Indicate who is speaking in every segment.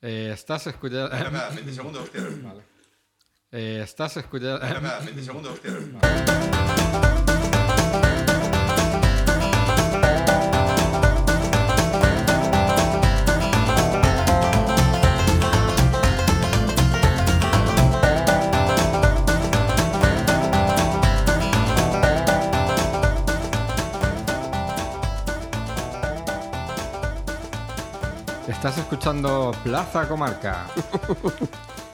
Speaker 1: Eh, estás escuchando.
Speaker 2: Espera, espera, 20 segundos, hostia.
Speaker 1: Vale. Eh, estás escuchando.
Speaker 2: Espera, espera, 20 segundos, hostia.
Speaker 1: Estás escuchando Plaza Comarca.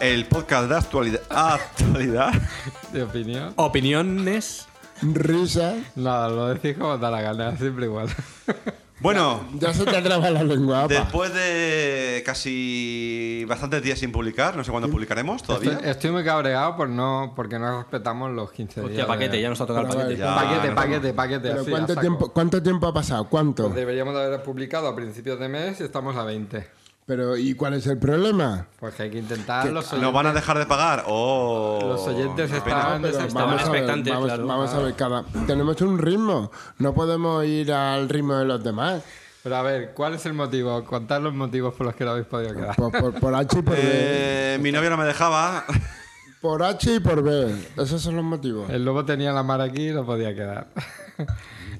Speaker 2: El podcast de actualidad. actualidad.
Speaker 1: ¿De opinión?
Speaker 3: Opiniones.
Speaker 4: Risas.
Speaker 1: Nada, lo decís como da la gana, siempre igual.
Speaker 2: Bueno,
Speaker 4: Ya se te traba la lengua. apa.
Speaker 2: después de casi bastantes días sin publicar, no sé cuándo publicaremos todavía.
Speaker 1: Estoy, eh, estoy muy cabreado por no, porque no respetamos los 15 días.
Speaker 3: Hostia,
Speaker 1: de-
Speaker 4: eh.
Speaker 3: paquete, ya nos ha tocado el
Speaker 4: Pero
Speaker 3: paquete.
Speaker 2: vale. Ya,
Speaker 1: paquete,
Speaker 2: no,
Speaker 1: paquete, paquete.
Speaker 4: Pero
Speaker 1: así, a
Speaker 4: ¿cuánto,
Speaker 1: saco. Pues
Speaker 4: tiempo, ¿Cuánto tiempo ha pasado? ¿Cuánto?
Speaker 1: Deberíamos de haber publicado a principios de mes y estamos a 20.
Speaker 4: Pero, ¿Y cuál es el problema?
Speaker 1: Pues que hay que intentar los
Speaker 2: ¿Nos van a dejar de pagar? Oh,
Speaker 1: Los oyentes
Speaker 2: qué pena.
Speaker 1: están
Speaker 4: Pero
Speaker 1: desesperados.
Speaker 3: estaban
Speaker 4: vamos a ver,
Speaker 3: expectantes,
Speaker 4: vamos,
Speaker 3: claro.
Speaker 4: vamos a ver cada... Tenemos un ritmo. No podemos ir al ritmo de los demás.
Speaker 1: Pero a ver, ¿cuál es el motivo? Contad los motivos por los que lo habéis podido quedar.
Speaker 4: Por, por- por H y por B.
Speaker 2: Eh, mi novia no me dejaba.
Speaker 4: Por H y por B. Esos son los motivos.
Speaker 1: El lobo tenía la mar aquí y no podía quedar.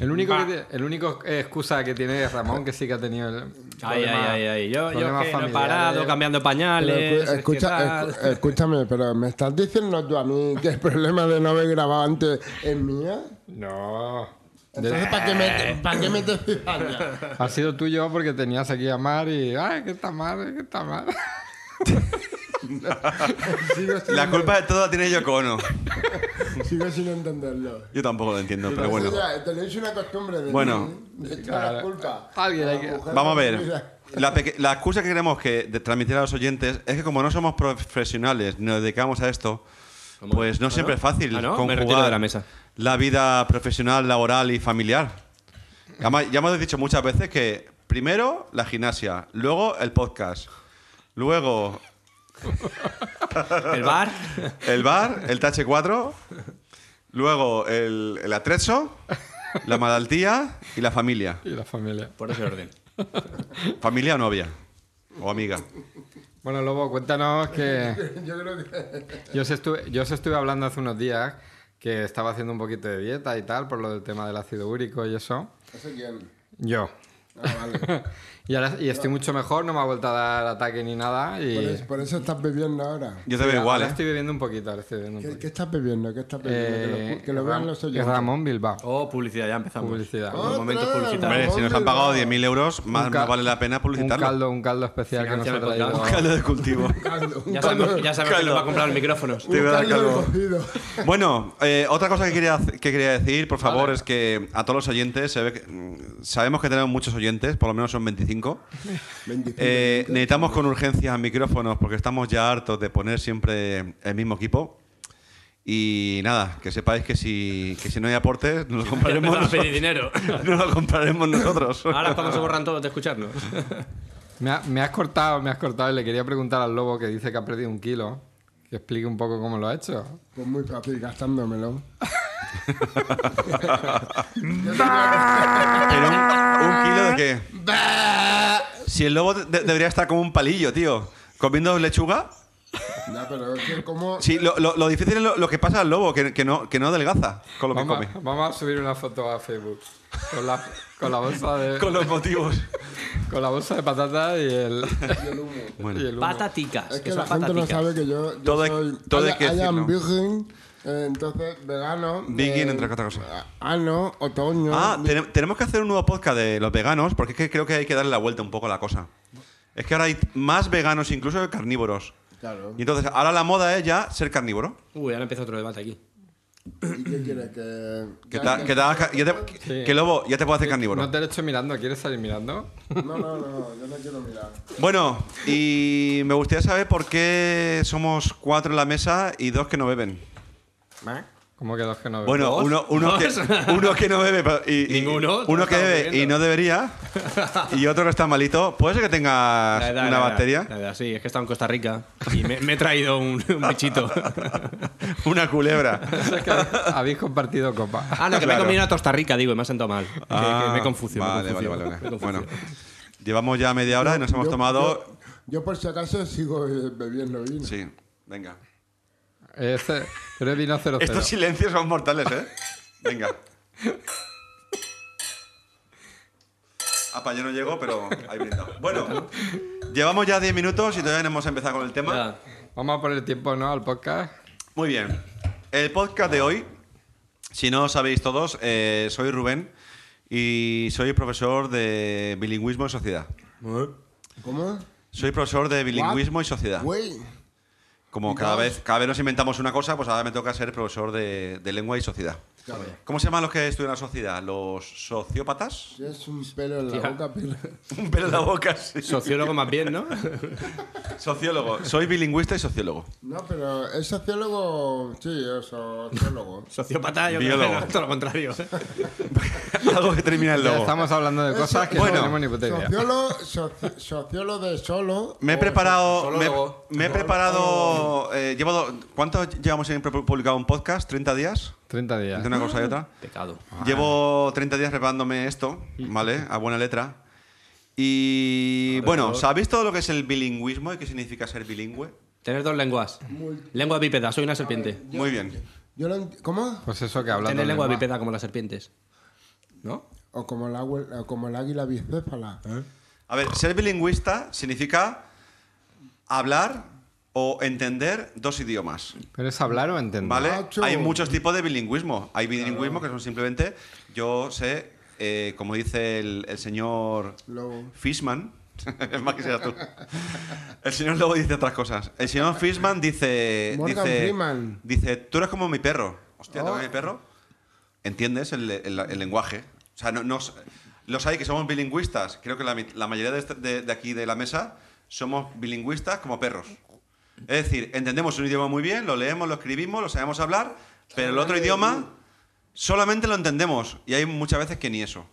Speaker 1: El único, que ti- el único eh, excusa que tiene es Ramón, que sí que ha tenido el.
Speaker 3: Ay, ay,
Speaker 1: problema-
Speaker 3: ay, ay. Yo, yo
Speaker 1: problemas
Speaker 3: que no he
Speaker 1: familiares.
Speaker 3: parado, cambiando
Speaker 4: eh. Pero escu-
Speaker 3: pañales. es que
Speaker 4: escucha,
Speaker 3: tal.
Speaker 4: escu- escúchame, pero ¿me estás diciendo tú a mí que el problema de no haber grabado antes es mío?
Speaker 1: No.
Speaker 4: Entonces, ¿para qué me, para qué me te cizañas?
Speaker 1: Ha sido tuyo porque tenías aquí a Mar y. ¡Ay, que está mal! ¡Que está mal!
Speaker 4: Sigo sin,
Speaker 2: La culpa de todo la tiene Yoko Ono.
Speaker 4: sigo sin entenderlo.
Speaker 2: Yo tampoco lo entiendo, pero
Speaker 4: Pues
Speaker 2: bueno.
Speaker 4: ya, tenéis una costumbre de
Speaker 2: Bueno.
Speaker 4: de echar
Speaker 1: Claro.
Speaker 4: la culpa.
Speaker 1: Alguien
Speaker 4: a la
Speaker 1: hay que-
Speaker 4: mujer
Speaker 2: Vamos a
Speaker 4: de la
Speaker 2: ver.
Speaker 4: vida.
Speaker 2: La, peque- la excusa que queremos que de- transmitir a los oyentes es que como no somos profesionales, nos dedicamos a esto, pues no siempre es fácil
Speaker 3: Ah, ¿no? Me
Speaker 2: conjugar
Speaker 3: retiro de la mesa.
Speaker 2: la vida profesional, laboral y familiar. Además, ya hemos dicho muchas veces que primero la gimnasia, luego el podcast, luego
Speaker 4: eh,
Speaker 3: El bar.
Speaker 2: el bar, el TH4, luego el, el atrezo, la malaltía y la familia.
Speaker 1: Y la familia.
Speaker 3: Por ese orden.
Speaker 2: Familia o novia. O amiga.
Speaker 1: Bueno, Lobo, cuéntanos que.
Speaker 4: Yo creo que...
Speaker 1: Yo os, estuve, yo os estuve hablando hace unos días que estaba haciendo un poquito de dieta y tal, por lo del tema del ácido úrico y eso.
Speaker 4: ¿Eso quién?
Speaker 1: Yo.
Speaker 4: Ah, vale.
Speaker 1: Y, ahora, y estoy mucho mejor, no me ha vuelto a dar ataque ni nada. Y
Speaker 4: Por eso, por eso estás bebiendo ahora.
Speaker 2: Yo te
Speaker 1: Sí,
Speaker 2: veo igual,
Speaker 1: ahora
Speaker 2: ¿eh?
Speaker 1: estoy bebiendo un poquito, ahora estoy bebiendo un
Speaker 4: ¿Qué,
Speaker 1: poquito.
Speaker 4: qué estás bebiendo? ¿Qué estás bebiendo? que lo,
Speaker 1: Eh,
Speaker 4: ju- que lo vean
Speaker 1: Ram-
Speaker 4: los
Speaker 1: es
Speaker 4: oyentes.
Speaker 1: Ramón Bilbao.
Speaker 3: Oh, publicidad, ya empezamos.
Speaker 1: Publicidad.
Speaker 3: Un momento
Speaker 4: Otra,
Speaker 2: Hombre,
Speaker 3: publicitario.
Speaker 2: si nos han pagado 10.000 euros, más
Speaker 1: Un
Speaker 2: nos
Speaker 1: cal-
Speaker 2: vale la pena
Speaker 1: Un
Speaker 2: publicitarlo.
Speaker 1: caldo, un caldo especial que nos ha
Speaker 3: Financiame el
Speaker 1: traído.
Speaker 3: podcast.
Speaker 2: de cultivo.
Speaker 3: Ya sabemos, ya sabemos que nos va a comprar micrófonos.
Speaker 2: Te voy a dar caldo.
Speaker 4: Caldo cocido.
Speaker 2: Bueno, eh, otra cosa que quería, hac- que quería decir, por favor, es que a todos los oyentes, se ve que- mm, sabemos que tenemos muchos oyentes, por lo menos son 25.
Speaker 4: 25.
Speaker 2: Eh, necesitamos con urgencia micrófonos porque estamos ya hartos de poner siempre el mismo equipo. Y nada, que sepáis que si, que si no hay aportes, nos lo compraremos,
Speaker 3: Empezamos a pedir
Speaker 2: nosotros.
Speaker 3: dinero.
Speaker 2: Nos lo compraremos nosotros.
Speaker 3: Ahora es cuando se borran todos de escucharnos.
Speaker 1: Me, ha- me has cortado, me has cortado y le quería preguntar al Lobo que dice que ha perdido un kilo. Que explique un poco cómo lo ha hecho.
Speaker 4: Pues muy fácil, gastándomelo.
Speaker 2: Pero un, un kilo de qué? Si el lobo de- debería estar como un palillo, tío. Comiendo lechuga.
Speaker 4: No, pero es que como...
Speaker 2: Sí, lo, lo- lo difícil es lo, lo que pasa al lobo, que, que no, que no adelgaza con lo que
Speaker 1: Vamos,
Speaker 2: come.
Speaker 1: a- vamos a subir una foto a Facebook. Con la, con la bolsa de.
Speaker 2: Con los motivos.
Speaker 1: Con la bolsa de patatas y el,
Speaker 2: Bueno.
Speaker 1: y el humo.
Speaker 3: Pataticas.
Speaker 4: Es que,
Speaker 3: son
Speaker 4: la gente no
Speaker 3: pataticas.
Speaker 4: sabe que yo, yo
Speaker 2: Todo hay-
Speaker 4: soy
Speaker 2: todo hay
Speaker 4: I-
Speaker 2: que
Speaker 4: I
Speaker 2: decirlo.
Speaker 4: am virgin, eh, entonces vegano.
Speaker 2: Vegan,
Speaker 4: eh,
Speaker 2: entre otras cosas.
Speaker 4: Ah, no, otoño.
Speaker 2: Ah,
Speaker 4: mi-
Speaker 2: tene- tenemos que hacer un nuevo podcast de los veganos, porque es que creo que hay que darle la vuelta un poco a la cosa. Es que ahora hay más veganos incluso que carnívoros.
Speaker 4: Claro.
Speaker 2: Y entonces, ahora la moda es ya ser carnívoro.
Speaker 3: Uy, ahora empieza otro debate aquí.
Speaker 4: ¿Eh? ¿Y qué quieres? Que,
Speaker 2: Que,
Speaker 4: ya-
Speaker 2: ta- que te hagas ca- ya te- que- que lobo, ya te puedo hacer carnívoro.
Speaker 1: No te lo echo mirando, ¿quieres salir mirando?
Speaker 4: No, no, no, yo no quiero mirar.
Speaker 2: Bueno, y me gustaría saber por qué somos cuatro en la mesa y dos que no beben.
Speaker 1: Como que dos que no veo.
Speaker 2: Bueno,
Speaker 3: ¿Dos?
Speaker 2: uno, uno, que, uno que no bebe pero- y, y-
Speaker 3: Ninguno, todos
Speaker 2: uno que
Speaker 3: estamos
Speaker 2: bebe y
Speaker 3: bebiendo.
Speaker 2: no debería y otro que está malito. Puede ser que tengas
Speaker 3: La edad,
Speaker 2: una
Speaker 3: la edad,
Speaker 2: bacteria,
Speaker 3: la edad, sí, es que he estado en Costa Rica y me, me he traído un, un bichito.
Speaker 2: una culebra.
Speaker 1: Eso es que habéis, habéis compartido copa.
Speaker 3: Ah, no, que me he
Speaker 2: Claro.
Speaker 3: comido una Costa Rica, digo, y me ha sentado mal. Que- que
Speaker 2: Ah,
Speaker 3: me he confuso, me he
Speaker 2: Vale, vale,
Speaker 3: confuso,
Speaker 2: vale.
Speaker 3: me he
Speaker 2: vale.
Speaker 3: confuso.
Speaker 2: Bueno, llevamos ya media hora y nos hemos
Speaker 4: Yo-
Speaker 2: tomado
Speaker 4: yo- Yo por si acaso sigo eh, bebiendo vino.
Speaker 2: Sí, venga.
Speaker 1: Este, pero es vino 00.
Speaker 2: Estos silencios son mortales, ¿eh? Venga. Ah, pa, yo no llego, pero ahí brindado. Bueno, llevamos ya 10 minutos y todavía no hemos empezado con el tema.
Speaker 3: Ya.
Speaker 1: Vamos a poner tiempo, ¿no? Al podcast.
Speaker 2: Muy bien. El podcast de hoy, si no sabéis todos, eh, soy Rubén y soy profesor de bilingüismo y sociedad.
Speaker 4: ¿Cómo?
Speaker 2: Soy profesor de bilingüismo y sociedad.
Speaker 4: Güey.
Speaker 2: Como
Speaker 4: Y
Speaker 2: cada
Speaker 4: todos-
Speaker 2: vez, cada vez nos inventamos una cosa, pues ahora me toca ser profesor de, de lengua y sociedad.
Speaker 4: Claro.
Speaker 2: ¿Cómo se llaman los que estudian la sociedad? ¿Los sociópatas?
Speaker 4: Es un pelo en la
Speaker 3: Tía.
Speaker 4: boca, pero...
Speaker 2: Un pelo en la boca, sí.
Speaker 3: Sociólogo más bien, ¿no?
Speaker 2: Sociólogo. Soy bilingüista y sociólogo.
Speaker 4: No, pero es sociólogo... Sí, es sociólogo.
Speaker 3: Sociópata, yo
Speaker 2: Biólogo.
Speaker 3: creo que no, todo lo contrario.
Speaker 2: Algo que termina en
Speaker 1: Ya
Speaker 2: logo.
Speaker 1: estamos hablando de cosas que
Speaker 2: Bueno.
Speaker 1: no tenemos ni puta idea.
Speaker 4: Sociólogo, soci- sociólogo de solo...
Speaker 2: Me he
Speaker 4: o
Speaker 2: preparado. Me,
Speaker 3: sociólogo.
Speaker 2: me he preparado. eh, llevo do- ¿Cuánto llevamos sin pre- publicado un podcast? ¿30 días?
Speaker 1: 30 días.
Speaker 2: Entre una cosa y otra.
Speaker 3: Pecado.
Speaker 2: Llevo 30 días preparándome esto, ¿vale? A buena letra. Y bueno, ¿sabéis todo lo que es el bilingüismo y qué significa ser bilingüe?
Speaker 3: Tener dos lenguas. Lengua bípeda, soy una serpiente.
Speaker 2: Muy bien.
Speaker 4: Yo lo ent- ¿Cómo?
Speaker 1: Pues eso que hablando.
Speaker 3: Tener
Speaker 1: de
Speaker 3: lengua
Speaker 1: más.
Speaker 3: bípeda como las serpientes. ¿No?
Speaker 4: O como el, agua- o como el águila bicéfala.
Speaker 2: ¿Eh? A ver, ser bilingüista significa hablar o entender dos idiomas.
Speaker 1: Pero es hablar o entender.
Speaker 2: ¿Vale?
Speaker 4: Macho.
Speaker 2: Hay muchos tipos de bilingüismo. Hay bilingüismo que son simplemente, yo sé, eh, como dice el, el señor
Speaker 4: Lobo.
Speaker 2: Fishman, es más que seas tú. El señor Lobo dice otras cosas. El señor Fishman dice,
Speaker 4: Morgan
Speaker 2: dice,
Speaker 4: Freeman.
Speaker 2: dice, tú eres como mi perro. Hostia, ¿tú
Speaker 4: Oh.
Speaker 2: eres mi perro? ¿Entiendes el, el- el lenguaje? O sea, no, no s- los hay que somos bilingüistas. Creo que la, mit- la mayoría de, este- de- de aquí de la mesa somos bilingüistas como perros. Es decir, entendemos un idioma muy bien, lo leemos, lo escribimos, lo sabemos hablar, pero el otro idioma solamente lo entendemos y hay muchas veces que ni eso.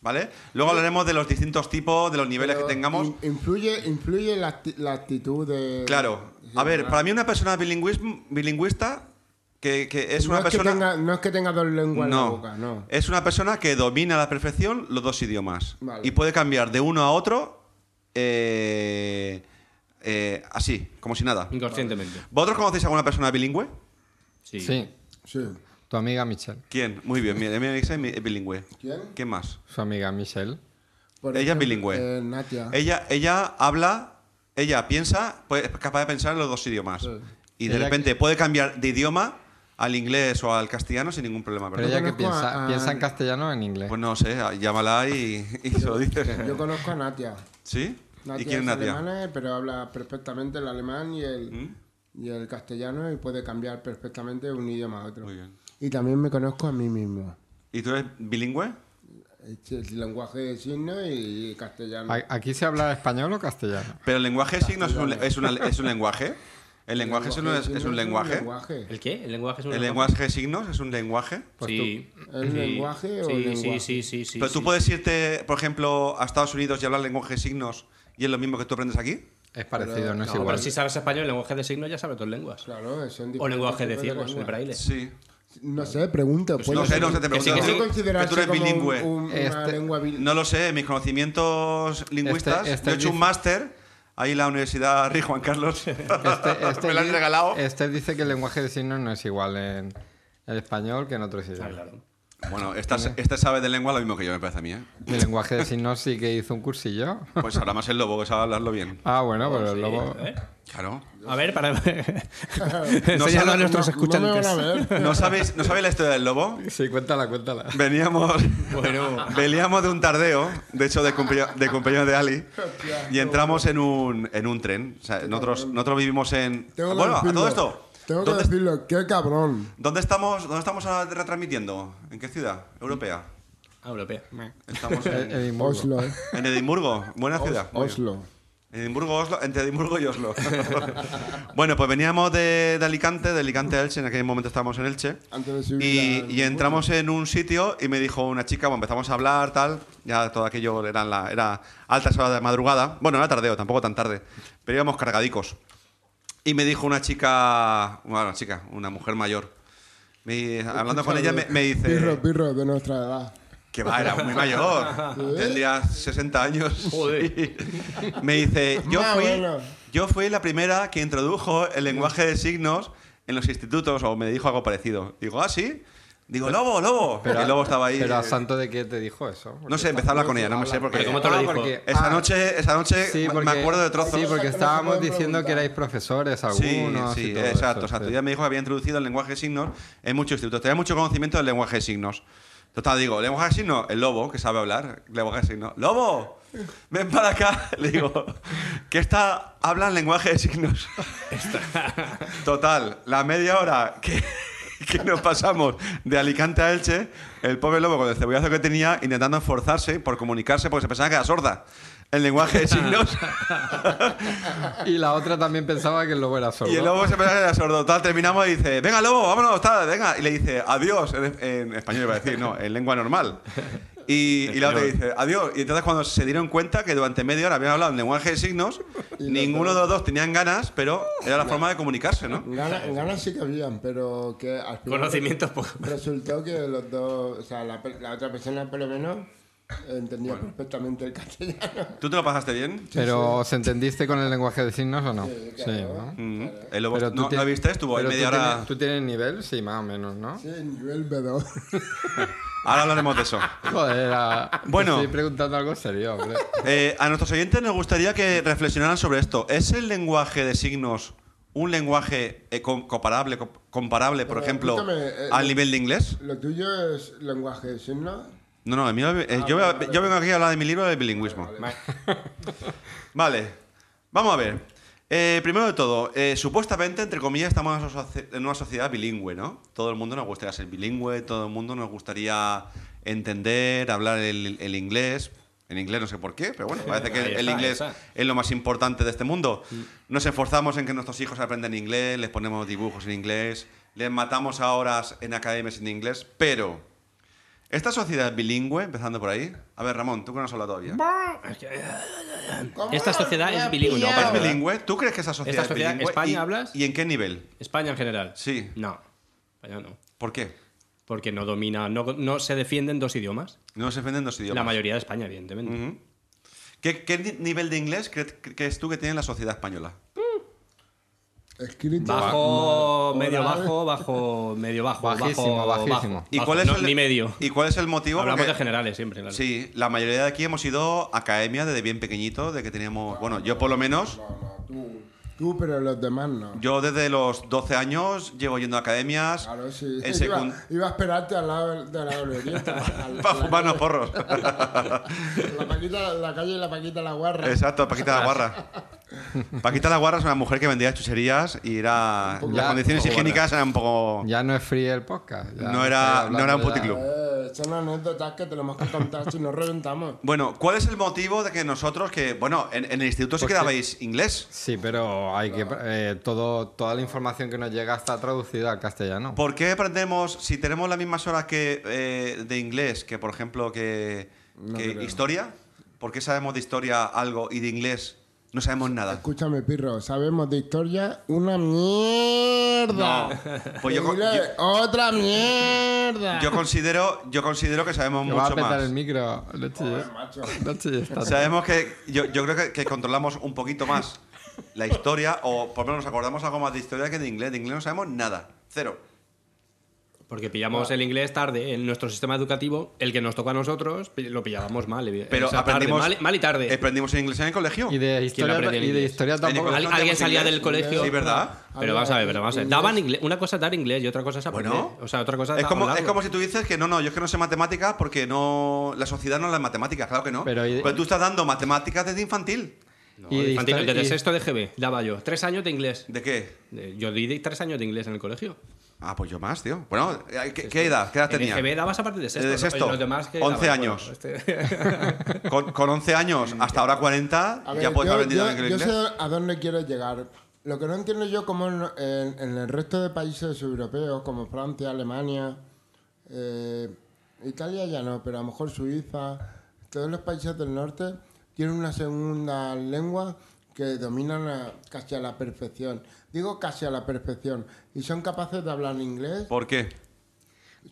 Speaker 2: ¿Vale? Luego hablaremos de los distintos tipos, de los niveles
Speaker 4: Pero eh,
Speaker 2: que tengamos.
Speaker 4: in- influye influye la, acti- la actitud de...
Speaker 2: Claro. A ver, para mí una persona bilingüis- bilingüista que, que es una
Speaker 4: no es que
Speaker 2: persona...
Speaker 4: tenga- no es que tenga dos lenguas en la
Speaker 2: No,
Speaker 4: boca, no.
Speaker 2: es una persona que domina a la perfección los dos idiomas
Speaker 4: Vale.
Speaker 2: y puede cambiar de uno a otro eh, eh, así, como si nada.
Speaker 4: Mm.
Speaker 3: Inconscientemente.
Speaker 2: ¿Vosotros conocéis a alguna persona bilingüe?
Speaker 3: Sí.
Speaker 1: Sí.
Speaker 4: Sí.
Speaker 1: Tu amiga Michelle.
Speaker 2: ¿Quién? Muy bien, mira, mira, esa es mi- es bilingüe.
Speaker 4: ¿Quién?
Speaker 2: ¿Quién más?
Speaker 1: Su amiga Michelle.
Speaker 4: Por
Speaker 2: Ella es
Speaker 4: ejemplo,
Speaker 2: bilingüe.
Speaker 4: eh, Natia.
Speaker 2: Ella, ella habla, ella piensa, pues, es capaz de pensar en los dos idiomas. Y de
Speaker 1: Ella-
Speaker 2: repente puede cambiar de idioma al inglés o al castellano sin ningún problema.
Speaker 1: Pero
Speaker 2: ¿verdad?
Speaker 1: ella que
Speaker 4: conozco a-
Speaker 1: piensa,
Speaker 4: a-
Speaker 1: piensa en castellano o en inglés.
Speaker 2: Pues no sé, llámala y, y se lo dices.
Speaker 4: Yo conozco a Natia.
Speaker 2: ¿Sí? ¿Y
Speaker 4: Natia
Speaker 2: quién es
Speaker 4: es
Speaker 2: Nadia?
Speaker 4: alemana, pero habla perfectamente el alemán y el,
Speaker 2: ¿Mm?
Speaker 4: y el castellano y puede cambiar perfectamente de un idioma a otro.
Speaker 2: Muy bien.
Speaker 4: Y también me conozco a mí mismo.
Speaker 2: ¿Y tú eres bilingüe?
Speaker 4: Es el lenguaje de signos y castellano.
Speaker 1: A- ¿Aquí se habla español o castellano?
Speaker 2: Pero el lenguaje de signos es un, le- es una- es un lenguaje. El lenguaje es un,
Speaker 4: de
Speaker 2: es
Speaker 4: signos
Speaker 2: un lenguaje.
Speaker 3: ¿El qué? ¿El lenguaje es un
Speaker 2: El lenguaje de signos es un lenguaje.
Speaker 3: Sí.
Speaker 4: Pues ¿El
Speaker 3: Sí.
Speaker 4: lenguaje o
Speaker 3: sí,
Speaker 4: el lenguaje?
Speaker 3: Sí, sí, sí, sí.
Speaker 2: Pero tú
Speaker 3: sí.
Speaker 2: puedes irte, por ejemplo, a Estados Unidos y hablar lenguaje de signos y es lo mismo que tú aprendes aquí.
Speaker 1: Es parecido, no es
Speaker 3: No,
Speaker 1: igual.
Speaker 3: pero si sabes español, el lenguaje de signos ya sabes dos lenguas.
Speaker 4: Claro, son
Speaker 3: O
Speaker 4: diferentes
Speaker 3: lenguaje de
Speaker 4: tipos
Speaker 3: ciegos, el
Speaker 4: lenguas.
Speaker 1: Eh.
Speaker 3: braille.
Speaker 2: Sí.
Speaker 4: No sé, pregunta.
Speaker 2: Pues
Speaker 4: pues,
Speaker 2: no sé, no sé, te
Speaker 3: Que sí,
Speaker 2: pregunto.
Speaker 3: que sí.
Speaker 4: ¿Puede considerarse
Speaker 2: Que tú eres
Speaker 4: como un-
Speaker 2: bilingüe.
Speaker 4: un- una
Speaker 1: Este-
Speaker 4: lengua bil-
Speaker 2: No lo sé, mis conocimientos lingüistas.
Speaker 1: Este- este
Speaker 2: yo he hecho un
Speaker 1: dice-
Speaker 2: máster ahí en la Universidad Rey Juan Carlos.
Speaker 1: Este, este
Speaker 2: Me lo han
Speaker 1: di-
Speaker 2: regalado.
Speaker 1: Este dice que el lenguaje de signos no es igual en el español que en otros idiomas.
Speaker 3: Ah, claro.
Speaker 2: Bueno, esta, esta sabe de lengua lo mismo que yo, me parece a mí. ¿eh?
Speaker 1: Mi lenguaje de signos sí que hizo un cursillo.
Speaker 2: Pues ahora más el lobo, que sabe hablarlo bien.
Speaker 1: Ah, bueno, pero el lobo.
Speaker 3: Oh, Sí, ¿eh? a ver.
Speaker 2: Claro.
Speaker 3: A ver, para.
Speaker 2: No
Speaker 3: Enseñalo
Speaker 2: sabe-
Speaker 3: a nuestros
Speaker 4: no- no me van
Speaker 3: escuchantes.
Speaker 4: a ver.
Speaker 2: ¿No sabéis, ¿No sabéis la historia del lobo?
Speaker 1: Sí, cuéntala, cuéntala.
Speaker 2: Veníamos,
Speaker 3: Bueno.
Speaker 2: veníamos de un tardeo, de hecho de, cumplea- de cumpleaños de Ali, y entramos en un, en un tren. O sea, nosotros, nosotros vivimos en...
Speaker 4: Tengo que
Speaker 2: bueno, a
Speaker 4: decirlo.
Speaker 2: todo esto.
Speaker 4: Tengo que
Speaker 2: ¿dónde,
Speaker 4: decirlo, qué cabrón.
Speaker 2: dónde estamos, ¿Dónde estamos ahora retransmitiendo? ¿En qué ciudad? Europea.
Speaker 3: Ah, europea.
Speaker 2: Estamos
Speaker 1: El-
Speaker 2: en,
Speaker 1: el
Speaker 4: Oslo, eh.
Speaker 2: en Edimburgo, buena ciudad. muy bien.
Speaker 4: Oslo.
Speaker 2: Edimburgo, Oslo, entre Edimburgo y Oslo. bueno, pues veníamos de, de Alicante, de Alicante a Elche, en aquel momento estábamos en Elche.
Speaker 4: Antes de subir
Speaker 2: y,
Speaker 4: la-
Speaker 2: y entramos en un sitio y me dijo una chica, bueno, empezamos a hablar, tal, ya todo aquello eran la, era altas horas de madrugada, bueno, no era tardeo, tampoco tan tarde, pero íbamos cargadicos. Y me dijo una chica, bueno, una chica, una mujer mayor, me- hablando con ella me, me dice...
Speaker 4: Pirro, pirro, de nuestra edad.
Speaker 2: Que va, era muy mayor. Tendría 60 años.
Speaker 3: Joder.
Speaker 2: Me dice, yo
Speaker 4: Más o
Speaker 2: fui,
Speaker 4: menos.
Speaker 2: yo fui la primera que introdujo el lenguaje de signos en los institutos, o me dijo algo parecido. Digo, ah, sí. Digo, lobo, lobo.
Speaker 1: Pero,
Speaker 2: el lobo estaba ahí.
Speaker 1: Pero a
Speaker 2: eh,
Speaker 1: Santo de qué te dijo eso. Porque
Speaker 2: No sé, empecé a hablar con ella, no me sé por qué.
Speaker 3: Pero ¿cómo te lo
Speaker 1: Ah,
Speaker 3: dijo?
Speaker 1: porque-
Speaker 2: Esa
Speaker 1: ah,
Speaker 2: noche, esa noche
Speaker 1: sí,
Speaker 2: me- me
Speaker 1: porque-
Speaker 2: acuerdo de trozos.
Speaker 1: Sí,
Speaker 4: Cosas que
Speaker 1: porque
Speaker 4: no se
Speaker 1: estábamos
Speaker 4: pueden
Speaker 1: diciendo que
Speaker 4: preguntar.
Speaker 1: erais profesores
Speaker 2: Sí,
Speaker 1: algunos.
Speaker 2: sí,
Speaker 1: y todo
Speaker 2: exacto,
Speaker 1: eso,
Speaker 2: exacto.
Speaker 1: sí.
Speaker 2: Ya me dijo que había introducido el lenguaje de signos en muchos institutos. Tenía mucho conocimiento del lenguaje de signos. Total, digo, lenguaje de signos, el lobo, que sabe hablar, lenguaje de signos. ¡Lobo! Ven para acá, le digo, que esta habla en lenguaje de signos. Total, la media hora que, que nos pasamos de Alicante a Elche, el pobre lobo con el cebollazo que tenía intentando esforzarse por comunicarse porque se pensaba que era sorda. El lenguaje de signos.
Speaker 1: Y la otra también pensaba que el lobo era sordo.
Speaker 2: Y el lobo se pensaba que era sordo. Tal, terminamos y dice, venga, lobo, vámonos, tal, venga. Y le dice, adiós, en, en español iba a decir, no, en lengua normal. Y, y la otra dice, adiós. Y entonces cuando se dieron cuenta que durante media hora habían hablado en lenguaje de signos, ninguno de los dos tenían ganas, pero era la forma de comunicarse, ¿no?
Speaker 4: Ganas ganas sí que habían, pero que al final
Speaker 3: Conocimientos poco.
Speaker 4: Resultó que los dos, o sea, la, pe- la otra persona por lo menos entendía perfectamente el castellano.
Speaker 2: ¿Tú te lo pasaste bien?
Speaker 1: Pero ¿os entendiste con el lenguaje de signos o no? Sí, ¿no?
Speaker 4: claro.
Speaker 2: Mm. El lobo,
Speaker 1: Pero tú
Speaker 2: no,
Speaker 1: tien-
Speaker 2: ¿lo viste? Estuvo ahí
Speaker 1: pero
Speaker 2: media
Speaker 1: tú
Speaker 2: hora...
Speaker 1: Tienes, ¿Tú tienes nivel? Sí, más o menos, ¿no?
Speaker 4: Sí, nivel B2.
Speaker 2: Ahora hablaremos de eso.
Speaker 1: Joder, a-
Speaker 2: Bueno.
Speaker 1: estoy preguntando algo serio, hombre.
Speaker 2: Eh, a nuestros oyentes nos gustaría que reflexionaran sobre esto. ¿Es el lenguaje de signos un lenguaje eh, com- comparable, com- comparable, por
Speaker 4: Pero
Speaker 2: ejemplo,
Speaker 4: escúchame, eh,
Speaker 2: al
Speaker 4: eh,
Speaker 2: nivel de inglés?
Speaker 4: Lo tuyo es lenguaje de signos.
Speaker 2: No, no, el mío- eh, yo,
Speaker 4: vale, vale.
Speaker 2: yo vengo aquí a hablar de mi libro de bilingüismo. Vale. vamos a ver. Eh, primero de todo, eh, supuestamente, entre comillas, estamos en una socie- en una sociedad bilingüe, ¿no? Todo el mundo nos gustaría ser bilingüe, todo el mundo nos gustaría entender, hablar el, el inglés. En inglés no sé por qué, pero bueno, parece que
Speaker 3: Ahí está,
Speaker 2: el
Speaker 3: ahí
Speaker 2: inglés
Speaker 3: está.
Speaker 2: es lo más importante de este mundo. Nos esforzamos en que nuestros hijos aprendan inglés, les ponemos dibujos en inglés, les matamos a horas en academias en inglés, pero esta sociedad bilingüe, empezando por ahí. A ver, Ramón, tú que no has hablado todavía.
Speaker 3: Esta sociedad es bilingüe,
Speaker 2: ¿Es
Speaker 3: ¿verdad?
Speaker 2: bilingüe? ¿Tú crees que esa sociedad,
Speaker 3: ¿Esta sociedad,
Speaker 2: es bilingüe?
Speaker 3: España,
Speaker 2: ¿Y-
Speaker 3: hablas?
Speaker 2: ¿Y en qué nivel?
Speaker 3: España en general.
Speaker 2: Sí.
Speaker 3: No. España no.
Speaker 2: ¿Por qué?
Speaker 3: Porque no domina, no, no se defienden dos idiomas.
Speaker 2: No se ofenden dos idiomas.
Speaker 3: La mayoría de España, evidentemente.
Speaker 2: Ujú. ¿Qué, qué ni- nivel de inglés cre- cre- crees tú que tiene la sociedad española?
Speaker 4: Escrito.
Speaker 3: Bajo,
Speaker 4: Oral.
Speaker 3: medio bajo, bajo, medio bajo.
Speaker 1: Bajísimo,
Speaker 3: bajo,
Speaker 1: bajísimo.
Speaker 3: bajo,
Speaker 2: ¿Y
Speaker 3: bajo.
Speaker 2: cuál es
Speaker 3: No,
Speaker 2: el,
Speaker 3: Ni medio.
Speaker 2: ¿Y cuál es el motivo?
Speaker 3: Hablamos
Speaker 2: Porque-
Speaker 3: de generales siempre, claro.
Speaker 2: Sí, la mayoría de aquí hemos ido a academia desde bien pequeñito, de que teníamos... Bueno, yo por lo menos...
Speaker 4: No, no, tú. Tú, pero los demás no.
Speaker 2: Yo desde los 12 años llevo yendo a academias.
Speaker 4: Claro, sí.
Speaker 2: En
Speaker 4: Iba,
Speaker 2: secund-
Speaker 4: iba a esperarte al lado de la olería. al-
Speaker 2: Para
Speaker 4: la-
Speaker 2: fumarnos porros.
Speaker 4: La Paquita la calle y la Paquita la guarra.
Speaker 2: Exacto, Paquita la Guarra. Paquita la Guarra es una mujer que vendía chucherías y era.
Speaker 1: poco
Speaker 2: las
Speaker 1: guarra.
Speaker 2: condiciones
Speaker 1: Un poco
Speaker 2: higiénicas eran un poco.
Speaker 1: Ya no es free el podcast. ya
Speaker 2: No era-
Speaker 1: estoy
Speaker 2: no era un
Speaker 1: hablando ya-
Speaker 2: puticlub.
Speaker 4: Eh, son anécdotas que tenemos que contar si nos reventamos.
Speaker 2: Bueno, ¿cuál es el motivo de que nosotros, que. Bueno, en, en el instituto sí
Speaker 1: Porque-
Speaker 2: que dabais inglés.
Speaker 1: Sí, pero hay que eh, todo, toda la información que nos llega está traducida al castellano.
Speaker 2: ¿Por qué aprendemos, si tenemos las mismas horas que eh, de inglés que, por ejemplo, que, que historia? ¿Por qué sabemos de historia algo y de inglés no sabemos nada?
Speaker 4: Escúchame, Pirro, sabemos de historia una mierda.
Speaker 2: No. Pues yo
Speaker 4: De
Speaker 2: con-
Speaker 4: inglés, otra mierda.
Speaker 2: Yo considero, yo considero que sabemos
Speaker 1: Me
Speaker 2: mucho
Speaker 1: va a
Speaker 2: más.
Speaker 1: petar el micro. No chilles.
Speaker 4: macho.
Speaker 1: No chilles tanto.
Speaker 2: Sabemos que yo, yo creo que, que controlamos un poquito más la historia, o por lo menos nos acordamos algo más de historia que de inglés. De inglés no sabemos nada, cero.
Speaker 3: Porque
Speaker 2: Ah.
Speaker 3: pillamos el inglés tarde en nuestro sistema educativo, el que nos tocó a nosotros, pi- lo pillábamos mal. evi-
Speaker 2: Pero
Speaker 3: o sea, tarde,
Speaker 2: aprendimos, Eh,
Speaker 3: mal, mal y tarde.
Speaker 2: Aprendimos en inglés en el colegio.
Speaker 1: Y de historia,
Speaker 3: aprende el
Speaker 1: y de
Speaker 3: inglés?
Speaker 1: historia tampoco.
Speaker 2: Oye,
Speaker 3: Al-
Speaker 2: no
Speaker 3: alguien
Speaker 2: tenemos
Speaker 3: salía
Speaker 2: inglés.
Speaker 3: del colegio.
Speaker 2: Sí, ¿verdad?
Speaker 3: Pero vamos a ver, pero vamos a ver.
Speaker 4: Inglés.
Speaker 3: Daban inglés. Una cosa es dar inglés y otra cosa es aprender.
Speaker 2: Bueno.
Speaker 3: o sea, otra cosa es,
Speaker 2: Es como,
Speaker 3: hablarlo.
Speaker 2: es como si tú dices que no, no, yo es que no sé matemáticas porque no la sociedad no es las matemáticas, claro que no.
Speaker 1: Pero y de-
Speaker 2: tú estás dando matemáticas desde infantil.
Speaker 3: No,
Speaker 1: y de
Speaker 3: infantil,
Speaker 1: histori-
Speaker 3: desde
Speaker 1: y-
Speaker 3: sexto de GB daba yo. Tres años de inglés.
Speaker 2: ¿De qué?
Speaker 3: Eh, Yo di di tres años de inglés en el colegio.
Speaker 2: Ah, pues yo más, tío. Bueno, eh, ¿qué, qué edad? ¿Qué edad
Speaker 3: En el
Speaker 2: tenía?
Speaker 3: GB dabas a partir de sexto.
Speaker 2: Desde
Speaker 3: ¿no?
Speaker 2: sexto,
Speaker 3: Y los demás que
Speaker 2: 11
Speaker 3: daban,
Speaker 2: años.
Speaker 3: bueno, este-
Speaker 2: Con, con 11 años hasta ahora 40
Speaker 4: A ver,
Speaker 2: ya puedes
Speaker 4: yo-
Speaker 2: haber aprendido
Speaker 4: yo-
Speaker 2: en
Speaker 4: yo
Speaker 2: inglés.
Speaker 4: sé a dónde quiero llegar. Lo que no entiendo yo como en, en- en el resto de países europeos, como Francia, Alemania, eh, Italia ya no, pero a lo mejor Suiza, todos los países del norte tienen una segunda lengua que dominan a- casi a la perfección. Digo casi a la perfección. Y son capaces de hablar inglés
Speaker 2: ¿Por qué?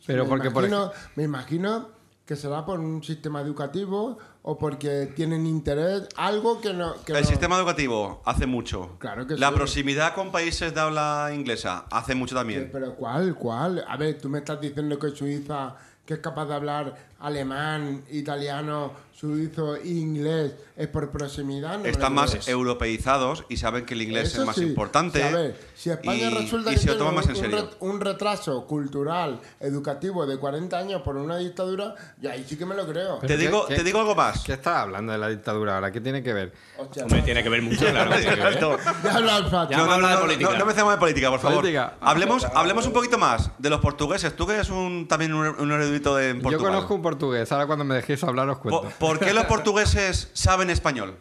Speaker 1: Pero
Speaker 4: me
Speaker 1: porque, por
Speaker 4: imagino, me imagino que será por un sistema educativo o porque tienen interés, algo que no... que
Speaker 2: El
Speaker 4: no-
Speaker 2: sistema educativo hace mucho.
Speaker 4: Claro que
Speaker 2: La
Speaker 4: sí.
Speaker 2: proximidad con países de habla inglesa hace mucho también.
Speaker 4: Pero ¿cuál? ¿Cuál? A ver, tú me estás diciendo que Suiza, que es capaz de hablar alemán, italiano, suizo, inglés, es por proximidad. No me
Speaker 2: Están
Speaker 4: lo
Speaker 2: más
Speaker 4: creo.
Speaker 2: europeizados y saben que el inglés
Speaker 4: Eso
Speaker 2: es más
Speaker 4: sí.
Speaker 2: importante.
Speaker 4: Sí, a ver, si España
Speaker 2: y,
Speaker 4: resulta
Speaker 2: y
Speaker 4: que
Speaker 2: se lo
Speaker 4: tiene
Speaker 2: toman más
Speaker 4: un,
Speaker 2: en
Speaker 4: un
Speaker 2: serio.
Speaker 4: ret- un retraso cultural, educativo de 40 años por una dictadura, y ahí sí que me lo creo.
Speaker 2: Te
Speaker 1: ¿Qué-
Speaker 2: digo,
Speaker 1: qué-
Speaker 2: te digo algo más.
Speaker 1: ¿Qué estás hablando de la dictadura ahora? ¿Qué tiene que ver?
Speaker 4: Hostia,
Speaker 3: Hombre,
Speaker 4: macho.
Speaker 3: tiene que ver mucho, claro. que tiene que ver.
Speaker 2: Esto.
Speaker 4: Ya habla el Fati.
Speaker 3: Ya vamos a hablar de
Speaker 2: No,
Speaker 3: política.
Speaker 2: no empecemos de política, por favor.
Speaker 1: Política. Ah.
Speaker 2: Hablemos, hablemos un poquito más de los portugueses. Tú que eres un, también un, un erudito de en Portugal.
Speaker 1: Yo conozco un portugués, ahora cuando me dejéis hablar os cuento.
Speaker 2: Po- ¿Por qué los portugueses saben español?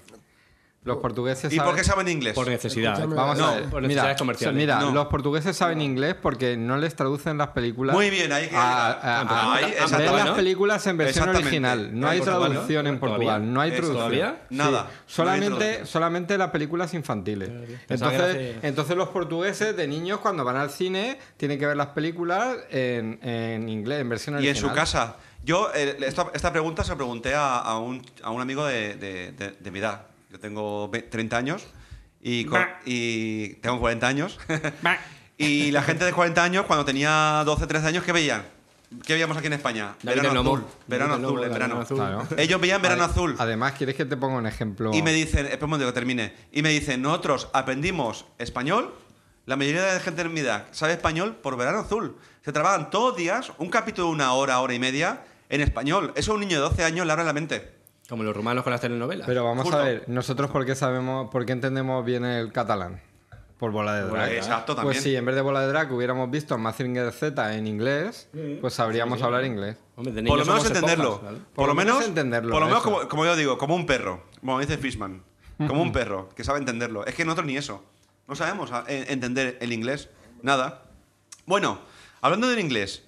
Speaker 1: Los portugueses
Speaker 2: ¿Y
Speaker 1: saben...
Speaker 2: por qué saben inglés?
Speaker 3: Por necesidad.
Speaker 4: Escúchame.
Speaker 1: Vamos
Speaker 2: No,
Speaker 1: a ver.
Speaker 3: por necesidades
Speaker 1: mira,
Speaker 3: comerciales.
Speaker 1: mira,
Speaker 2: No.
Speaker 1: los portugueses saben inglés porque no les traducen las películas.
Speaker 2: Muy bien, ahí que-
Speaker 1: a- a- a-
Speaker 2: ahí,
Speaker 1: ven
Speaker 2: exactamente.
Speaker 1: las películas en versión
Speaker 2: Exactamente.
Speaker 1: original. No
Speaker 2: En
Speaker 1: hay
Speaker 2: Portugal, ¿no?
Speaker 1: traducción en
Speaker 3: ¿Todavía?
Speaker 1: Portugal. No hay
Speaker 2: Eso,
Speaker 1: traducción.
Speaker 3: ¿todavía?
Speaker 1: Sí.
Speaker 2: Nada. No hay
Speaker 1: Solamente,
Speaker 2: traducción.
Speaker 1: solamente las películas infantiles.
Speaker 3: Pensaba que era
Speaker 1: Entonces,
Speaker 3: hace-
Speaker 1: entonces los portugueses de niños cuando van al cine tienen que ver las películas en, en inglés, en versión
Speaker 2: Y
Speaker 1: original.
Speaker 2: en su casa. Yo eh, esta, esta pregunta se la pregunté a, a un, a un amigo de, de- de- de mi edad. Yo tengo ve- 30 años y, con-
Speaker 3: Bah.
Speaker 2: y tengo 40 años.
Speaker 3: Bah.
Speaker 2: y la gente de 40 años, cuando tenía 12, 13 años, ¿qué veían? ¿Qué veíamos aquí en España?
Speaker 3: David
Speaker 2: verano
Speaker 3: el Lomo.
Speaker 2: azul. Verano
Speaker 3: David el
Speaker 2: azul,
Speaker 3: Lomo,
Speaker 2: en
Speaker 3: David
Speaker 2: verano.
Speaker 3: el Azul.
Speaker 1: Claro.
Speaker 2: Ellos veían verano
Speaker 1: Ad-
Speaker 2: azul.
Speaker 1: Además, ¿quieres que te ponga un ejemplo?
Speaker 2: Y me dicen, espera un momento que termine. Y me dicen, nosotros aprendimos español. La mayoría de la gente en mi edad sabe español por verano azul. Se trabajan todos los días, un capítulo de una hora, hora y media, en español. Eso a un niño de 12 años le abre la mente.
Speaker 3: Como los rumanos con las telenovelas.
Speaker 1: Pero vamos
Speaker 2: Ah, Justo.
Speaker 1: a ver, nosotros por qué sabemos, por qué entendemos bien el catalán. Por bola de drag.
Speaker 2: Exacto,
Speaker 1: Pues
Speaker 2: también.
Speaker 1: si en vez de bola de drag hubiéramos visto Mazinger Z en inglés, pues sabríamos hablar inglés.
Speaker 3: Hombre, de
Speaker 2: Por lo
Speaker 3: niños
Speaker 2: menos
Speaker 3: somos
Speaker 2: entenderlo.
Speaker 3: esponjas, ¿vale?
Speaker 2: Por, lo menos,
Speaker 1: entenderlo,
Speaker 2: Por lo menos,
Speaker 1: eso.
Speaker 2: como, como yo digo, como un perro. Como dice Fishman. Como un perro, que sabe entenderlo. Es que nosotros ni eso. No sabemos a- eh, entender el inglés. Nada. Bueno, hablando del inglés.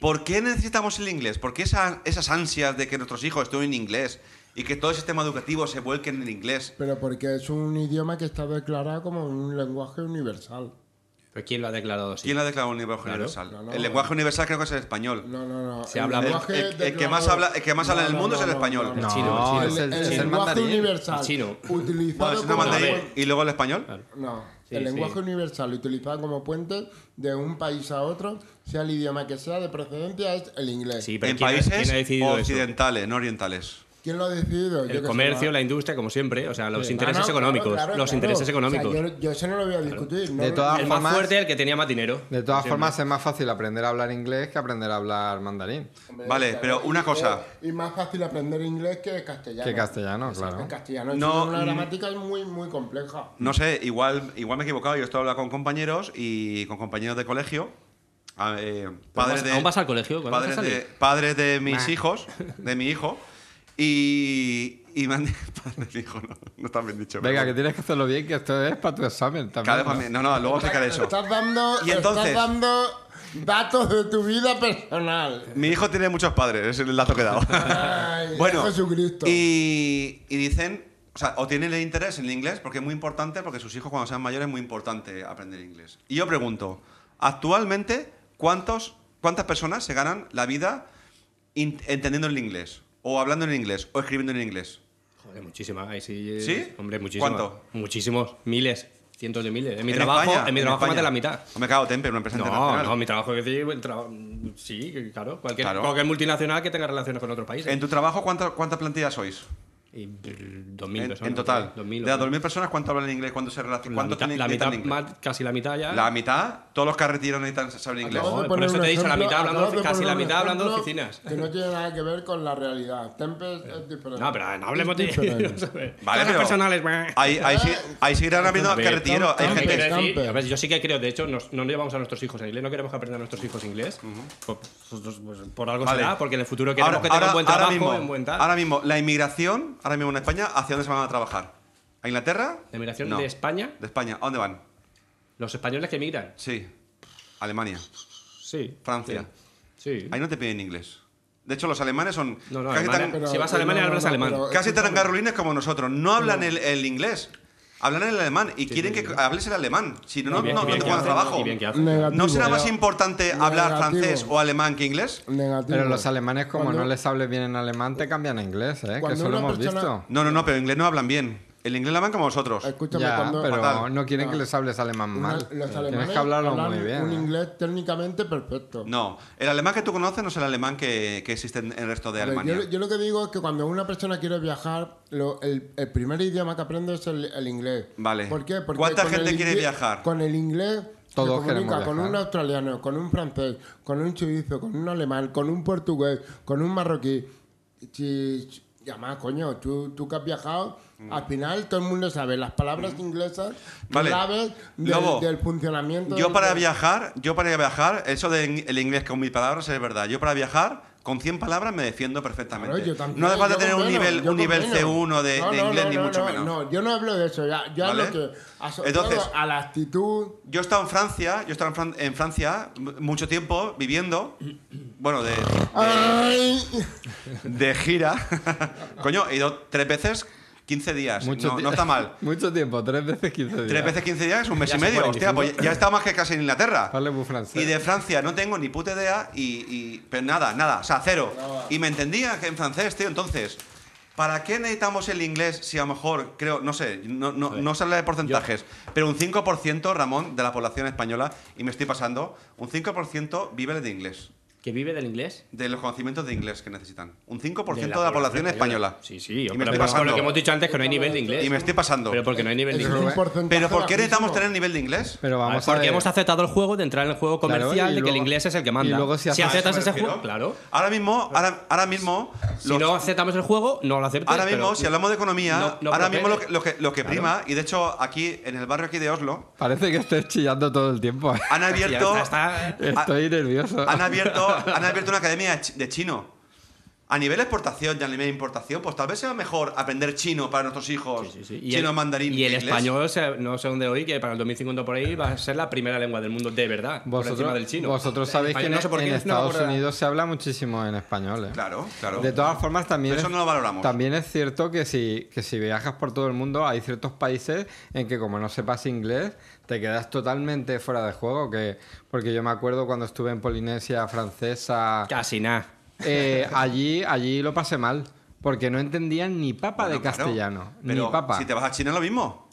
Speaker 2: ¿Por qué necesitamos el inglés? ¿Por qué esa- esas ansias de que nuestros hijos estudien inglés y que todo el sistema educativo se vuelque en el inglés?
Speaker 4: Pero porque es un idioma que está declarado como un lenguaje universal.
Speaker 3: Pero ¿quién lo ha declarado así?
Speaker 2: ¿Quién la declarado un lenguaje
Speaker 3: Claro.
Speaker 2: universal?
Speaker 4: No, no.
Speaker 2: el lenguaje universal creo que es el español.
Speaker 4: No, no, no.
Speaker 3: Se habla- El-
Speaker 4: lenguaje
Speaker 2: el- el que
Speaker 4: declarado-
Speaker 2: más habla- el que más habla en el mundo es el español.
Speaker 1: No,
Speaker 3: El chino, el
Speaker 1: es
Speaker 3: chino.
Speaker 1: el,
Speaker 4: El,
Speaker 1: es el
Speaker 4: lenguaje
Speaker 1: mandarín.
Speaker 4: universal
Speaker 3: El chino.
Speaker 4: utilizado
Speaker 2: Bueno, si no
Speaker 4: como
Speaker 2: mandáis-
Speaker 3: A ver.
Speaker 2: ¿Y luego el español?
Speaker 4: No,
Speaker 3: Sí,
Speaker 4: el
Speaker 3: sí.
Speaker 4: lenguaje universal utilizado como puente de un país a otro, sea el idioma que sea de procedencia, es el inglés.
Speaker 3: Sí, pero
Speaker 2: En
Speaker 3: ¿quién, ha-
Speaker 2: países
Speaker 3: quién ha decidido eso?
Speaker 2: occidentales, no orientales.
Speaker 4: ¿Quién lo ha decidido? Yo
Speaker 3: El
Speaker 4: que
Speaker 3: comercio,
Speaker 4: sé, ¿no?
Speaker 3: la industria, como siempre. O sea, los
Speaker 4: Ah,
Speaker 3: intereses
Speaker 4: no, claro,
Speaker 3: económicos.
Speaker 4: claro,
Speaker 3: los
Speaker 4: claro.
Speaker 3: intereses
Speaker 4: O sea,
Speaker 3: económicos.
Speaker 4: yo, yo eso no lo voy a discutir. no
Speaker 1: De
Speaker 4: lo-
Speaker 1: todas
Speaker 3: El más
Speaker 1: formas-
Speaker 3: fuerte, el que tenía más dinero.
Speaker 1: De todas formas, es más fácil aprender a hablar inglés que aprender a hablar mandarín.
Speaker 4: Hombre,
Speaker 2: Vale,
Speaker 4: claro,
Speaker 2: pero
Speaker 4: y-
Speaker 2: una cosa.
Speaker 4: Y más fácil aprender inglés que castellano.
Speaker 1: Que castellano, claro.
Speaker 4: El castellano
Speaker 2: No,
Speaker 4: no, una
Speaker 2: mm.
Speaker 4: gramática es muy, muy compleja.
Speaker 2: No sé, igual, igual me he equivocado. Yo esto he hablado con compañeros y con compañeros de colegio. a- eh, padres
Speaker 3: vas-
Speaker 2: de,
Speaker 3: aún vas al colegio? ¿Cuándo
Speaker 2: Padres
Speaker 3: vas a
Speaker 2: de,
Speaker 3: salir?
Speaker 2: padres de mis hijos, de mi hijo. Y, y me han padres de mi hijo, no, no está bien dicho.
Speaker 1: Venga, que
Speaker 2: pero
Speaker 1: tienes que hacerlo bien, que esto es para tu examen también.
Speaker 2: cada vez
Speaker 1: ¿no?
Speaker 2: más- No, no, luego explicaré eso.
Speaker 4: Estás dando,
Speaker 2: Y entonces-
Speaker 4: estás dando datos de tu vida personal.
Speaker 2: Mi hijo tiene muchos padres, es el dato que he dado.
Speaker 4: Ay,
Speaker 2: bueno,
Speaker 4: Jesucristo.
Speaker 2: Y, y dicen, o sea, o tienen el interés en el inglés porque es muy importante, porque sus hijos cuando sean mayores es muy importante aprender inglés. Y yo pregunto, actualmente, ¿cuántos, ¿cuántas personas se ganan la vida in- entendiendo el inglés? O hablando en inglés, o escribiendo en inglés.
Speaker 3: Joder, muchísimas. Ahí sí, eh,
Speaker 2: ¿Sí?
Speaker 3: Hombre, muchísimas.
Speaker 2: ¿Cuánto?
Speaker 3: Muchísimos. Miles. Cientos de miles. En mi
Speaker 2: En
Speaker 3: trabajo,
Speaker 2: España,
Speaker 3: en mi trabajo más de
Speaker 2: España.
Speaker 3: la mitad.
Speaker 2: No me cago, Tempe, una empresa
Speaker 3: No,
Speaker 2: internacional.
Speaker 3: no, mi trabajo es decir, el traba- sí, que claro cualquier,
Speaker 2: Claro.
Speaker 3: cualquier multinacional que tenga relaciones con otro país.
Speaker 2: En tu trabajo, ¿cuántas, cuántas plantillas sois?
Speaker 3: Y, brr, 2.000
Speaker 2: En,
Speaker 3: personas.
Speaker 2: en total.
Speaker 3: 2.000,
Speaker 2: de las
Speaker 3: o-
Speaker 2: 2.000 personas, ¿cuánto hablan inglés? ¿Cuánto se relacionan?
Speaker 3: la
Speaker 2: ¿Cuánto
Speaker 3: mitad,
Speaker 2: tienen
Speaker 3: la
Speaker 2: que
Speaker 3: mitad
Speaker 2: necesitan inglés?
Speaker 3: más- casi la mitad ya.
Speaker 2: La mitad, todos los carreteros necesitan saber inglés.
Speaker 4: Acabas de
Speaker 3: Joder, por
Speaker 4: poner
Speaker 3: eso
Speaker 4: un
Speaker 3: te he dicho, la
Speaker 4: ejemplo-
Speaker 3: mitad hablando-
Speaker 4: acabas de
Speaker 3: casi
Speaker 4: poner
Speaker 3: la
Speaker 4: un
Speaker 3: mitad hablando de
Speaker 4: ejemplo
Speaker 3: oficinas. Eh,
Speaker 4: Que no tiene nada que ver con la realidad. Tempest es diferente.
Speaker 3: No, pero no hablemos de
Speaker 4: Diferente.
Speaker 2: Vale, pero
Speaker 3: personales.
Speaker 2: Ahí, ahí, sí, ahí seguirán habiendo
Speaker 3: Hombre,
Speaker 2: carretilleros. Hay
Speaker 4: no,
Speaker 3: Hay
Speaker 2: gente.
Speaker 4: no,
Speaker 3: que decir-
Speaker 4: Camper.
Speaker 3: a ver, yo sí que creo, de hecho, nos- no llevamos a nuestros hijos a inglés, no queremos que aprendan a nuestros hijos inglés. por, pues, pues, por algo
Speaker 2: Vale.
Speaker 3: será, porque en el futuro queremos que tengan un buen trabajo, un buen tal.
Speaker 2: ahora mismo, la inmigración, ahora mismo en España, ¿hacia dónde se van a trabajar? ¿A Inglaterra?
Speaker 3: La inmigración
Speaker 2: No.
Speaker 3: de España,
Speaker 2: De España, ¿a dónde van?
Speaker 3: los españoles que emigran.
Speaker 2: Sí. Alemania,
Speaker 3: Sí.
Speaker 2: Francia.
Speaker 3: Sí.
Speaker 2: Ahí no te piden inglés. De hecho, los alemanes son
Speaker 3: No, no,
Speaker 2: casi,
Speaker 3: Alemania-
Speaker 2: tan,
Speaker 3: Si vas a Alemania, hablas alemán.
Speaker 4: pero
Speaker 2: casi tan
Speaker 4: escúchame,
Speaker 2: garrulines como nosotros. No hablan el, el inglés. Hablan en alemán y quieren que hables el alemán. Si no,
Speaker 3: Y
Speaker 2: no,
Speaker 3: bien-
Speaker 2: no,
Speaker 3: y bien
Speaker 2: no te
Speaker 3: que
Speaker 2: pones
Speaker 3: hacen,
Speaker 2: trabajo.
Speaker 3: y bien que hacen.
Speaker 4: Negativo.
Speaker 2: ¿No será más importante
Speaker 4: Negativo.
Speaker 2: hablar francés o alemán que inglés?
Speaker 4: Negativo.
Speaker 1: Pero los alemanes, como
Speaker 4: Cuando-
Speaker 1: no les hables bien en alemán, te cambian a inglés, ¿eh? Que
Speaker 4: Cuando
Speaker 1: eso lo
Speaker 4: una
Speaker 1: hemos
Speaker 4: persona-
Speaker 1: visto.
Speaker 2: No, no, no, pero inglés no hablan bien. El inglés lo hablan como vosotros.
Speaker 4: Escúchame,
Speaker 1: ya,
Speaker 4: cuando
Speaker 1: pero
Speaker 2: fatal.
Speaker 1: no quieren que les hables alemán
Speaker 4: una-
Speaker 1: mal.
Speaker 4: los
Speaker 1: Tienes
Speaker 4: alemanes
Speaker 1: que hablarlo
Speaker 4: hablan
Speaker 1: muy bien.
Speaker 4: un
Speaker 1: ¿eh?
Speaker 4: inglés técnicamente perfecto.
Speaker 2: No, el alemán que tú conoces no es el alemán que, que existe en el resto de
Speaker 4: A ver,
Speaker 2: Alemania.
Speaker 4: yo, yo lo que digo es que cuando una persona quiere viajar, lo- el, el primer idioma que aprende es el, el inglés.
Speaker 2: Vale.
Speaker 4: ¿Por qué? Porque
Speaker 2: ¿Cuánta
Speaker 4: con
Speaker 2: gente
Speaker 4: el
Speaker 2: quiere
Speaker 4: inglés-
Speaker 2: viajar?
Speaker 4: Con el inglés
Speaker 1: Todos
Speaker 4: se comunica
Speaker 1: queremos
Speaker 4: con
Speaker 1: viajar.
Speaker 4: un australiano, con un francés, con un suizo, con un alemán, con un portugués, con un marroquí. Si, si- y además, coño, tú, tú que has viajado, al final todo el mundo sabe las palabras inglesas
Speaker 2: Mm. Vale.
Speaker 4: claves del,
Speaker 2: Lobo,
Speaker 4: del funcionamiento.
Speaker 2: Yo
Speaker 4: del-
Speaker 2: para viajar, yo para viajar, eso del el inglés con mil palabras es verdad. Yo para viajar, con 100 palabras me defiendo perfectamente.
Speaker 4: Claro, yo también,
Speaker 2: no hace falta
Speaker 4: yo
Speaker 2: tener
Speaker 4: con
Speaker 2: un
Speaker 4: menos,
Speaker 2: nivel,
Speaker 4: yo
Speaker 2: un
Speaker 4: con
Speaker 2: nivel
Speaker 4: menos.
Speaker 2: C1 de,
Speaker 4: No,
Speaker 2: de
Speaker 4: no,
Speaker 2: inglés,
Speaker 4: no,
Speaker 2: ni
Speaker 4: no,
Speaker 2: mucho
Speaker 4: no,
Speaker 2: menos.
Speaker 4: No, yo no hablo de eso, ya, yo
Speaker 2: Vale.
Speaker 4: hablo que asociado
Speaker 2: Entonces-
Speaker 4: a la actitud.
Speaker 2: Yo he estado en Francia, yo he estado en, Fran- en Francia m- mucho tiempo viviendo, bueno, de,
Speaker 4: Ah.
Speaker 2: de,
Speaker 4: ¡Ay!
Speaker 2: de gira. Coño, he ido tres veces 15 días.
Speaker 1: Mucho
Speaker 2: No,
Speaker 1: ti-
Speaker 2: no está mal.
Speaker 1: Mucho tiempo, tres veces 15 días.
Speaker 2: Tres veces 15 días es un mes
Speaker 3: Ya
Speaker 2: y
Speaker 3: son
Speaker 2: medio. Hostia,
Speaker 3: 45.
Speaker 2: pues ya está más que casi en Inglaterra.
Speaker 1: Parle muy francés.
Speaker 2: Y de Francia no tengo ni puta idea y, y- Pero nada, nada, o sea, cero. Y me entendía que en francés, tío, entonces... ¿Para qué necesitamos el inglés si a lo mejor, creo, no sé, no, no, no se habla de porcentajes, pero un 5%, Ramón, de la población española, y me estoy pasando, un 5% vive de inglés,
Speaker 3: ¿Que vive del inglés?
Speaker 2: de los conocimientos de inglés que necesitan. Un 5% de
Speaker 3: De
Speaker 2: la, población
Speaker 3: la población
Speaker 2: española.
Speaker 3: Sí, sí.
Speaker 2: Y me estoy
Speaker 3: pero por- por
Speaker 2: pasando.
Speaker 3: lo que hemos dicho antes, que no hay nivel de inglés.
Speaker 2: Y me estoy pasando.
Speaker 3: Pero porque no hay nivel de
Speaker 4: Eso es
Speaker 3: inglés.
Speaker 4: un porcentaje
Speaker 2: ¿Pero por qué necesitamos
Speaker 4: bajísimo.
Speaker 2: tener nivel de inglés?
Speaker 1: Pero vamos a
Speaker 3: porque
Speaker 1: ver.
Speaker 3: hemos aceptado el juego de entrar en el juego
Speaker 1: Claro,
Speaker 3: comercial
Speaker 1: y
Speaker 3: de que el
Speaker 1: luego-
Speaker 3: inglés es el que
Speaker 1: y
Speaker 3: manda.
Speaker 1: luego si
Speaker 3: si
Speaker 1: haces-
Speaker 3: aceptas
Speaker 2: Eso me
Speaker 3: ese
Speaker 2: refiero.
Speaker 3: juego, claro.
Speaker 2: Ahora mismo, ahora, ahora mismo,
Speaker 3: Si
Speaker 2: los-
Speaker 3: no aceptamos el juego, no lo aceptes.
Speaker 2: ahora mismo,
Speaker 3: pero-
Speaker 2: si hablamos de economía,
Speaker 3: No- no
Speaker 2: ahora mismo lo que,
Speaker 3: procede.
Speaker 2: lo que, lo que prima, y de hecho aquí en el barrio aquí de Oslo,
Speaker 1: Parece que estés chillando todo el tiempo.
Speaker 2: han
Speaker 3: Ya
Speaker 2: abierto,
Speaker 3: está- está-
Speaker 1: Estoy nervioso.
Speaker 2: han abierto, han abierto una academia de chi- de chino. A nivel exportación y a nivel importación, pues tal vez sea mejor aprender chino para nuestros hijos,
Speaker 3: Sí, sí.
Speaker 2: chino
Speaker 3: el,
Speaker 2: mandarín
Speaker 3: Y el
Speaker 2: que inglés.
Speaker 3: español, se- no sé dónde hoy, que para el 2050 por ahí va a ser la primera lengua del mundo de verdad. por encima del chino.
Speaker 1: vosotros
Speaker 3: El
Speaker 1: sabéis que
Speaker 3: español
Speaker 1: en,
Speaker 3: no sé por qué,
Speaker 1: en
Speaker 3: no me
Speaker 1: Estados
Speaker 3: acuerdo.
Speaker 1: Unidos se habla muchísimo en español. ¿eh?
Speaker 2: Claro, claro.
Speaker 1: De todas formas, también,
Speaker 2: Pero eso
Speaker 1: es,
Speaker 2: no lo valoramos.
Speaker 1: también es cierto que si, que si viajas por todo el mundo, hay ciertos países en que como no sepas inglés, te quedas totalmente fuera de juego. Que, porque yo me acuerdo cuando estuve en Polinesia francesa,
Speaker 3: Casi nada.
Speaker 1: eh, allí, allí lo pasé mal, porque no entendían ni papa
Speaker 2: Bueno,
Speaker 1: de
Speaker 2: claro.
Speaker 1: castellano.
Speaker 2: Pero
Speaker 1: ni papa.
Speaker 2: si te vas a China es lo mismo.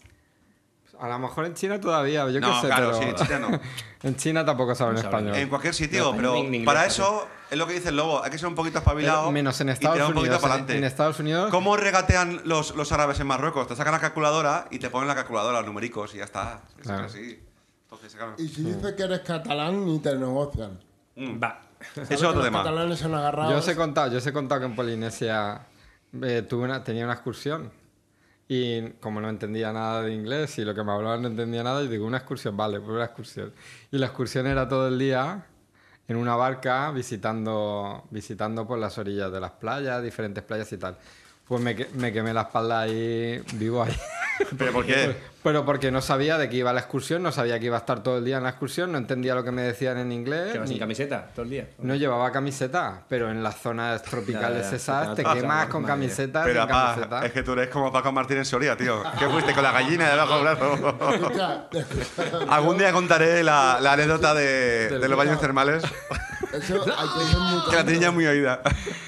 Speaker 1: A lo mejor en China todavía, yo
Speaker 2: no,
Speaker 1: qué sé.
Speaker 2: claro, sí, en
Speaker 1: pero-
Speaker 2: China no.
Speaker 1: en China tampoco saben
Speaker 3: No saben.
Speaker 1: español.
Speaker 2: En cualquier sitio,
Speaker 3: No,
Speaker 2: pero
Speaker 3: ni- ni
Speaker 2: para
Speaker 3: inglés,
Speaker 2: eso es lo que dice el lobo, hay que ser un poquito
Speaker 1: Pero
Speaker 2: espabilado.
Speaker 1: Eh, menos en
Speaker 2: y
Speaker 1: Estados
Speaker 2: tirar un poquito
Speaker 1: Unidos. eh,
Speaker 2: para
Speaker 1: en, en
Speaker 2: adelante.
Speaker 1: Estados Unidos.
Speaker 2: ¿Cómo regatean los, los árabes en Marruecos? Te sacan la calculadora y te ponen la calculadora, los numericos y ya está. Es
Speaker 1: Claro.
Speaker 2: así. Entonces, claro.
Speaker 4: Y si dices que eres catalán, ni te negocian.
Speaker 3: Va.
Speaker 2: Eso
Speaker 4: ¿Sabes
Speaker 2: es
Speaker 4: que
Speaker 2: otro
Speaker 4: los
Speaker 2: tema.
Speaker 4: catalanes son agarrados.
Speaker 1: Yo os he contado, yo os he contado que en Polinesia eh, tuve una, tenía una excursión y como no entendía nada de inglés y lo que me hablaban no entendía nada, y digo, una excursión, vale, pues una excursión. Y la excursión era todo el día en una barca visitando, visitando por las orillas de las playas, diferentes playas y tal. Pues me, que- me quemé la espalda ahí, vivo ahí.
Speaker 2: ¿Pero por qué?
Speaker 1: Pero porque no sabía de qué iba la excursión, no sabía que iba a estar todo el día en la excursión, no entendía lo que me decían en inglés.
Speaker 3: Que vas sin
Speaker 1: Eh, ni-
Speaker 3: camiseta todo el día.
Speaker 1: no llevaba camiseta, pero en las zonas tropicales
Speaker 3: Ya, ya,
Speaker 1: esas
Speaker 3: ya,
Speaker 1: te
Speaker 3: ya,
Speaker 1: quemas
Speaker 3: ya,
Speaker 1: con
Speaker 3: madre mía.
Speaker 1: camiseta,
Speaker 2: Pero,
Speaker 1: sin camiseta.
Speaker 2: apá, es que tú eres como Paco Martínez Soria, tío. ¿Qué fuiste con la gallina debajo del brazo?
Speaker 4: Escucha,
Speaker 2: Algún día contaré la, la anécdota de, de los baños termales,
Speaker 4: eso hay que ser muy
Speaker 2: que la tenía muy oída.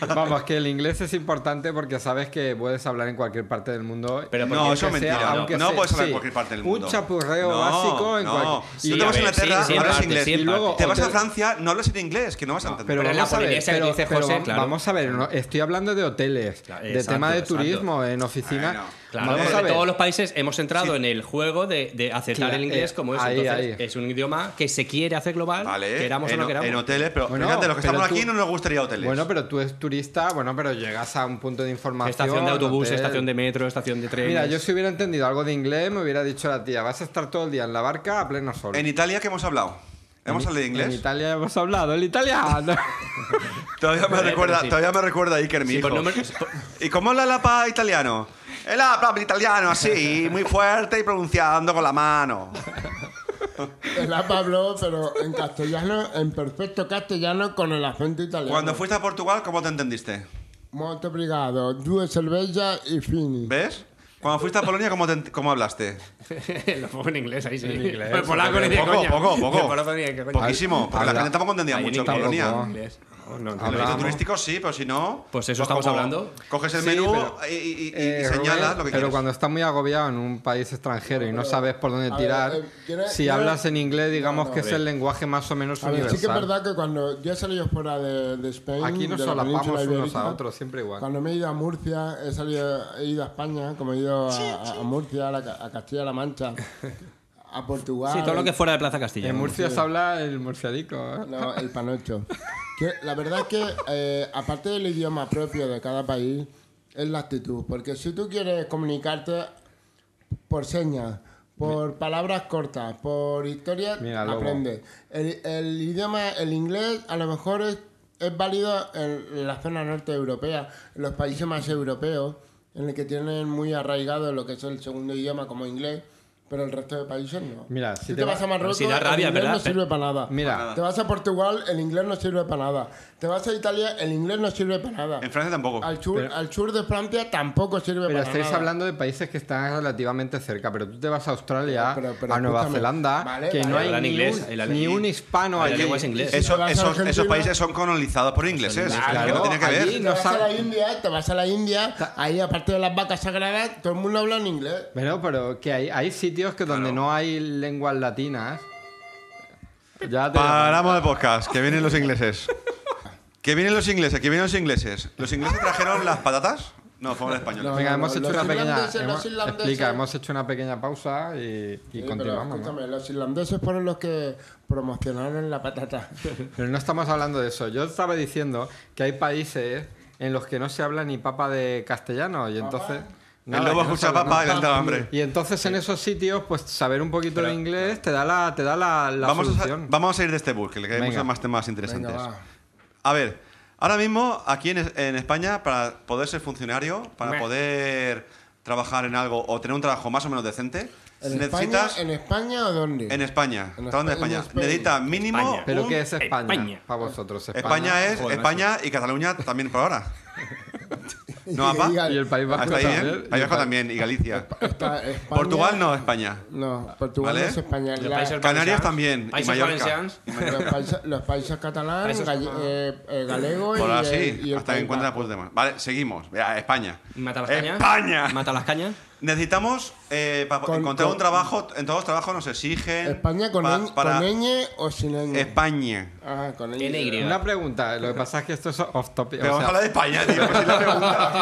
Speaker 1: Vamos, que el inglés es importante porque sabes que puedes hablar en cualquier parte del mundo.
Speaker 3: Pero
Speaker 1: y
Speaker 3: porque-
Speaker 2: No,
Speaker 1: aunque
Speaker 2: eso es
Speaker 1: sea-
Speaker 2: mentira.
Speaker 1: aunque
Speaker 2: no
Speaker 1: sea-
Speaker 2: puedes hablar
Speaker 1: sí,
Speaker 2: en cualquier parte del mundo.
Speaker 1: Un chapurreo
Speaker 2: No,
Speaker 1: básico en
Speaker 2: no.
Speaker 1: cualquier...
Speaker 2: Si
Speaker 1: y-
Speaker 2: tú te vas a
Speaker 3: a ver, sí,
Speaker 2: Inglaterra,
Speaker 3: sí, en
Speaker 2: hablas
Speaker 3: parte,
Speaker 2: inglés.
Speaker 3: sí, en
Speaker 1: Y luego-
Speaker 2: te vas a
Speaker 1: Hotel-
Speaker 2: Francia, no hablas en inglés, que no vas a entender.
Speaker 1: Pero
Speaker 3: Pero en la
Speaker 1: vamos a ver,
Speaker 3: Polinesia que
Speaker 1: pero,
Speaker 3: dice
Speaker 1: pero
Speaker 3: José,
Speaker 1: va-
Speaker 3: claro.
Speaker 1: vamos a ver, no, estoy hablando de hoteles,
Speaker 3: Claro,
Speaker 1: de
Speaker 3: exacto,
Speaker 1: tema de
Speaker 3: exacto.
Speaker 1: turismo, en oficina.
Speaker 2: Bueno,
Speaker 3: Claro,
Speaker 1: vamos
Speaker 3: porque
Speaker 1: a ver.
Speaker 3: todos los países hemos entrado
Speaker 2: Sí.
Speaker 3: en el juego de, de aceptar
Speaker 1: Claro,
Speaker 3: el inglés
Speaker 1: eh,
Speaker 3: como es.
Speaker 1: ahí,
Speaker 3: Entonces,
Speaker 1: ahí.
Speaker 3: es un idioma que se quiere hacer global,
Speaker 2: Vale,
Speaker 3: queramos
Speaker 2: en,
Speaker 3: o no queramos.
Speaker 2: en hoteles, pero
Speaker 1: Bueno,
Speaker 2: fíjate, los que
Speaker 1: pero
Speaker 2: estamos
Speaker 1: tú-
Speaker 2: aquí no nos gustaría hoteles.
Speaker 1: Bueno, pero tú es turista, bueno, pero llegas a un punto de información.
Speaker 3: estación de autobús,
Speaker 1: hotel.
Speaker 3: estación de metro, estación de tren.
Speaker 1: Mira, yo si hubiera entendido algo de inglés, me hubiera dicho la tía, vas a estar todo el día en la barca a pleno sol.
Speaker 2: En Italia, ¿qué hemos hablado? ¿Hemos hablado de
Speaker 1: En
Speaker 2: inglés?
Speaker 1: Italia hemos hablado, el italiano.
Speaker 2: Todavía me,
Speaker 3: Eh,
Speaker 2: recuerda,
Speaker 3: pero sí.
Speaker 2: todavía me recuerda a Iker, mi
Speaker 3: Sí,
Speaker 2: hijo.
Speaker 3: por números- por-
Speaker 2: ¿Y cómo habla el APA italiano? El APA italiano, así, muy fuerte y pronunciando con la mano.
Speaker 4: El APA habló, pero en castellano, en perfecto castellano, con el acento italiano.
Speaker 2: Cuando fuiste a Portugal, ¿cómo te entendiste?
Speaker 4: Molto obrigado. Due cerveza y fini.
Speaker 2: ¿Ves? Cuando fuiste a Polonia, ¿cómo, te- cómo hablaste?
Speaker 3: lo pongo en inglés ahí, sí.
Speaker 1: En inglés.
Speaker 3: Pues polaco
Speaker 1: Pero
Speaker 3: ni de
Speaker 2: poco,
Speaker 3: coña.
Speaker 2: poco, poco.
Speaker 3: El polaco ni de coña.
Speaker 2: Poquísimo, porque la
Speaker 1: Habla-
Speaker 2: gente tampoco entendía
Speaker 3: Ahí en
Speaker 2: mucho en
Speaker 3: inglés,
Speaker 2: Polonia.
Speaker 3: en inglés. No, no, no.
Speaker 2: El
Speaker 1: Hablamos.
Speaker 2: sitio turístico sí, pero si no.
Speaker 3: Pues eso estamos
Speaker 2: como
Speaker 3: hablando.
Speaker 2: Coges el
Speaker 1: Sí,
Speaker 2: menú
Speaker 1: pero-
Speaker 2: y, y- y- y
Speaker 1: Eh,
Speaker 2: señalas
Speaker 1: Rubén,
Speaker 2: lo que
Speaker 1: pero
Speaker 2: quieres.
Speaker 1: cuando estás muy agobiado en un país extranjero y no sabes por dónde
Speaker 4: a
Speaker 1: tirar,
Speaker 4: ver, eh, ¿quieres-
Speaker 1: si
Speaker 4: quieres-
Speaker 1: hablas en inglés, digamos
Speaker 4: no,
Speaker 1: que es el lenguaje más o menos
Speaker 4: A ver,
Speaker 1: universal.
Speaker 4: sí que es verdad que cuando yo he salido fuera de, de España,
Speaker 1: Aquí nos
Speaker 4: de la
Speaker 1: solapamos
Speaker 4: península
Speaker 1: unos
Speaker 4: ibérica,
Speaker 1: a otros, siempre igual.
Speaker 4: Cuando me he ido a Murcia, he, salido, he ido a España, como he ido a, a- a Murcia, a, la Ca- a Castilla-La Mancha, a Portugal.
Speaker 3: Sí, todo lo que fuera de Plaza Castilla.
Speaker 1: En Murcia se habla el murcianico. ¿eh?
Speaker 4: No, el panocho. Que la verdad es que, eh, aparte del idioma propio de cada país, es la actitud. Porque si tú quieres comunicarte por señas, por palabras cortas, por historias,
Speaker 1: Mira, lobo.
Speaker 4: aprendes. El, el idioma, el inglés, a lo mejor es, es válido en la zona norte europea, en los países más europeos, en el que tienen muy arraigado lo que es el segundo idioma como inglés. Pero el resto de países no.
Speaker 1: Mira, si
Speaker 4: Tú
Speaker 1: te va-
Speaker 4: vas a Marruecos,
Speaker 3: si da
Speaker 4: el
Speaker 3: rabia,
Speaker 4: inglés
Speaker 3: ¿verdad?
Speaker 4: no sirve para nada.
Speaker 1: Mira,
Speaker 4: Te vas a Portugal, el inglés no sirve para nada. Te vas a Italia, el inglés no sirve para nada.
Speaker 2: En Francia tampoco.
Speaker 4: Al sur,
Speaker 1: Pero-
Speaker 4: al sur de Francia tampoco sirve
Speaker 1: Pero
Speaker 4: para
Speaker 1: estáis
Speaker 4: nada.
Speaker 1: hablando de países que están relativamente cerca, pero tú te vas a Australia,
Speaker 4: Pero- pero- pero
Speaker 1: a Nueva
Speaker 4: escúchame.
Speaker 1: Zelanda,
Speaker 4: Vale,
Speaker 1: que
Speaker 4: vale.
Speaker 1: no hay
Speaker 3: Hablan
Speaker 1: ni,
Speaker 3: inglés,
Speaker 1: un,
Speaker 3: hablan-
Speaker 1: ni un hispano
Speaker 3: La
Speaker 1: allí.
Speaker 3: lengua es inglés.
Speaker 2: Eso-
Speaker 4: vas a
Speaker 2: esos,
Speaker 4: Argentina-
Speaker 2: esos países son colonizados por ingleses.
Speaker 1: Claro,
Speaker 2: es que no tiene que ver.
Speaker 1: allí-
Speaker 4: Te
Speaker 1: no
Speaker 4: vas
Speaker 1: sabe-
Speaker 4: a la India, te vas a la India, ahí aparte de las vacas sagradas, todo el mundo habla en inglés.
Speaker 1: Bueno, pero que hay, hay sitios que donde no hay lenguas latinas. Ya te
Speaker 2: Paramos de podcast, que vienen los ingleses. Que vienen los ingleses, que vienen los ingleses. ¿Los ingleses trajeron las patatas? No, fueron los españoles.
Speaker 4: No,
Speaker 1: Venga,
Speaker 4: no,
Speaker 1: hemos
Speaker 4: no,
Speaker 1: hecho
Speaker 4: los
Speaker 1: una pequeña.
Speaker 4: irlandeses, los
Speaker 1: hemos-
Speaker 4: irlandeses-
Speaker 1: explica, hemos hecho una pequeña pausa y, y
Speaker 4: Sí, pero
Speaker 1: continuamos. ¿no?
Speaker 4: escúchame, los irlandeses fueron los que promocionaron la patata.
Speaker 1: Pero no estamos hablando de eso. Yo estaba diciendo que hay países en los que no se habla ni papa de castellano y entonces. nada,
Speaker 2: el
Speaker 1: que no
Speaker 2: lobo
Speaker 1: se
Speaker 2: escucha
Speaker 1: habla
Speaker 2: papá y le
Speaker 1: nada.
Speaker 2: entra hambre.
Speaker 1: Y entonces en esos sitios, pues saber un poquito de inglés te da la, te da la, la
Speaker 2: Vamos a,
Speaker 1: solución.
Speaker 2: vamos a salir de este bus, que le quedan
Speaker 1: Venga.
Speaker 2: muchos más temas interesantes.
Speaker 4: Venga, va.
Speaker 2: A ver, ahora mismo aquí en, es- en España, para poder ser funcionario, para poder trabajar en algo o tener un trabajo más o menos decente,
Speaker 4: ¿En, España,
Speaker 2: necesitas
Speaker 4: ¿En España o dónde?
Speaker 2: en España,
Speaker 4: en
Speaker 2: estamos hablando de
Speaker 4: Espa- en
Speaker 2: España,
Speaker 4: España.
Speaker 2: necesitas mínimo
Speaker 3: España.
Speaker 1: Pero
Speaker 2: un-
Speaker 1: ¿qué es España?
Speaker 3: España.
Speaker 1: Para vosotros, España.
Speaker 2: España es
Speaker 3: Joder,
Speaker 2: España y Cataluña también por ahora.
Speaker 4: Y
Speaker 2: ¿No,
Speaker 4: que
Speaker 2: apa?
Speaker 4: digan,
Speaker 1: Y el País Vasco
Speaker 2: Hasta ahí bien.
Speaker 1: también.
Speaker 2: País Vasco también y Galicia.
Speaker 4: "Está España-
Speaker 2: Portugal no, España.
Speaker 4: No, Portugal
Speaker 2: ¿Vale?
Speaker 4: no es España.
Speaker 3: Los
Speaker 4: La-
Speaker 3: países
Speaker 2: Canarias
Speaker 3: valencians,
Speaker 2: también y
Speaker 3: Países
Speaker 2: Mallorca.
Speaker 3: valencians.
Speaker 4: los, paisas, los paisas catalán,
Speaker 3: Países
Speaker 4: galle- eh, eh, galego y,
Speaker 2: Por ahora
Speaker 4: el-
Speaker 2: sí,
Speaker 4: y el
Speaker 2: hasta que
Speaker 4: País
Speaker 2: encuentren
Speaker 4: Vasco.
Speaker 2: pues demás. Vale, seguimos. Vea, España.
Speaker 3: Mata las cañas.
Speaker 2: España.
Speaker 3: Mata las cañas.
Speaker 2: Necesitamos eh, para
Speaker 4: Con-
Speaker 2: encontrar
Speaker 4: con-
Speaker 2: un trabajo. En todos los trabajos nos exigen.
Speaker 4: España con,
Speaker 2: pa-
Speaker 4: ñ,
Speaker 2: para
Speaker 4: con ñ o sin ñ.
Speaker 2: España.
Speaker 4: Ah, con ñ.
Speaker 3: NY.
Speaker 1: Una pregunta, lo que pasa es que esto es off topic.
Speaker 2: Pero
Speaker 1: o
Speaker 2: vamos
Speaker 1: sea,
Speaker 2: a hablar de España, tío. pues, si es la pregunta, tío.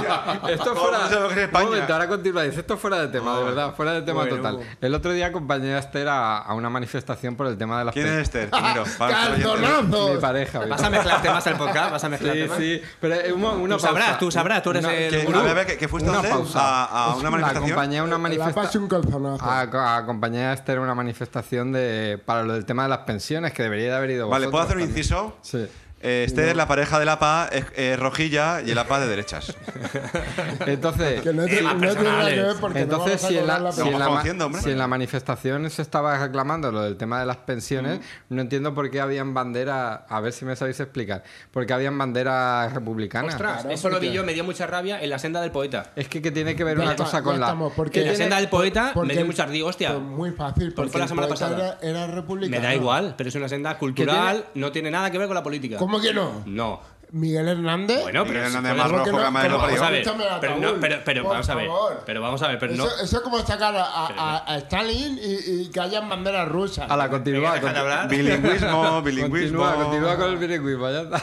Speaker 1: Esto
Speaker 2: Todo el
Speaker 1: fuera.
Speaker 2: mundo sabe lo que es
Speaker 1: Un
Speaker 2: España. Ah,
Speaker 1: momento, ahora continuáis. Esto fuera de tema, de verdad, fuera de tema
Speaker 3: Bueno.
Speaker 1: total. El otro día acompañé a Esther a, a una manifestación por el tema de las
Speaker 2: ¿Quién
Speaker 1: pe-
Speaker 2: es Esther? Primero, para los oyentes.
Speaker 4: ¡Calzonazos!
Speaker 1: Mi pareja.
Speaker 3: Vas a mezclarte más el podcast, vas a mezclarte
Speaker 1: Sí,
Speaker 3: más.
Speaker 1: sí, pero eh, una, una
Speaker 3: Tú sabrás,
Speaker 1: pausa.
Speaker 3: tú sabrás, tú eres
Speaker 1: Una-
Speaker 3: el
Speaker 2: que-
Speaker 3: gurú.
Speaker 2: a ver, a ver, ¿qué, qué fuiste a
Speaker 1: una
Speaker 2: hacer?
Speaker 1: pausa.
Speaker 2: A, a una manifestación.
Speaker 1: Acompañé a una
Speaker 4: La paz y un
Speaker 1: manifestación.
Speaker 4: calzonazo.
Speaker 2: Ah,
Speaker 1: Acompañé a Esther a una manifestación de, para lo del tema de las pensiones, que debería de haber ido
Speaker 2: Vale, ¿puedo
Speaker 1: vosotros
Speaker 2: hacer un
Speaker 1: también.
Speaker 2: inciso?
Speaker 1: Sí.
Speaker 2: Eh, Esther, la pareja de la PA es eh, rojilla y el APA de derechas.
Speaker 1: Entonces,
Speaker 4: que no,
Speaker 3: Eh,
Speaker 4: ti-
Speaker 3: más
Speaker 4: no tiene nada que
Speaker 3: personales.
Speaker 4: ver porque
Speaker 1: Entonces, si en, la, si en la
Speaker 2: Vamos
Speaker 1: ma-
Speaker 2: conociendo, hombre.
Speaker 1: si en la manifestación se estaba reclamando lo del tema de las pensiones, no entiendo por qué habían banderas, a ver si me sabéis explicar, por qué habían banderas republicanas.
Speaker 3: Ostras,
Speaker 4: Claro,
Speaker 3: eso lo vi
Speaker 4: porque-
Speaker 3: yo, me dio mucha rabia en la senda del poeta.
Speaker 1: Es que, que tiene que ver
Speaker 4: Ya
Speaker 1: una
Speaker 4: está,
Speaker 1: cosa
Speaker 4: ya
Speaker 1: con la...
Speaker 4: estamos, porque-
Speaker 1: que
Speaker 3: En la
Speaker 1: tiene-
Speaker 3: senda del poeta me dio mucha
Speaker 4: ardilla,
Speaker 3: rabia, hostia.
Speaker 4: muy fácil,
Speaker 3: ¿Cuál
Speaker 4: porque
Speaker 3: fue la
Speaker 4: el
Speaker 3: semana
Speaker 4: poeta
Speaker 3: pasada?
Speaker 4: Era, era republicano.
Speaker 3: Me da igual, pero es una senda cultural, no tiene nada que ver con la política.
Speaker 4: ¿Cómo que no?
Speaker 3: No.
Speaker 4: ¿Miguel Hernández?
Speaker 3: Bueno,
Speaker 2: Miguel
Speaker 3: pero, es-
Speaker 2: Hernández
Speaker 3: pero-
Speaker 2: Marro,
Speaker 4: que no?
Speaker 2: programa de
Speaker 3: pero
Speaker 2: lo
Speaker 3: vamos a ver,
Speaker 4: Escúchame el
Speaker 3: pero, no,
Speaker 4: ataúd,
Speaker 3: pero, pero
Speaker 4: por
Speaker 3: vamos a ver,
Speaker 4: favor.
Speaker 3: pero vamos a ver, pero no.
Speaker 4: Eso, eso es como sacar a, a- a- a Stalin y, y que hayan banderas rusas.
Speaker 1: A la continúa.
Speaker 3: Deja de hablar.
Speaker 2: Bilingüismo, bilingüismo.
Speaker 1: Continúa, continúa con el bilingüismo, ya está.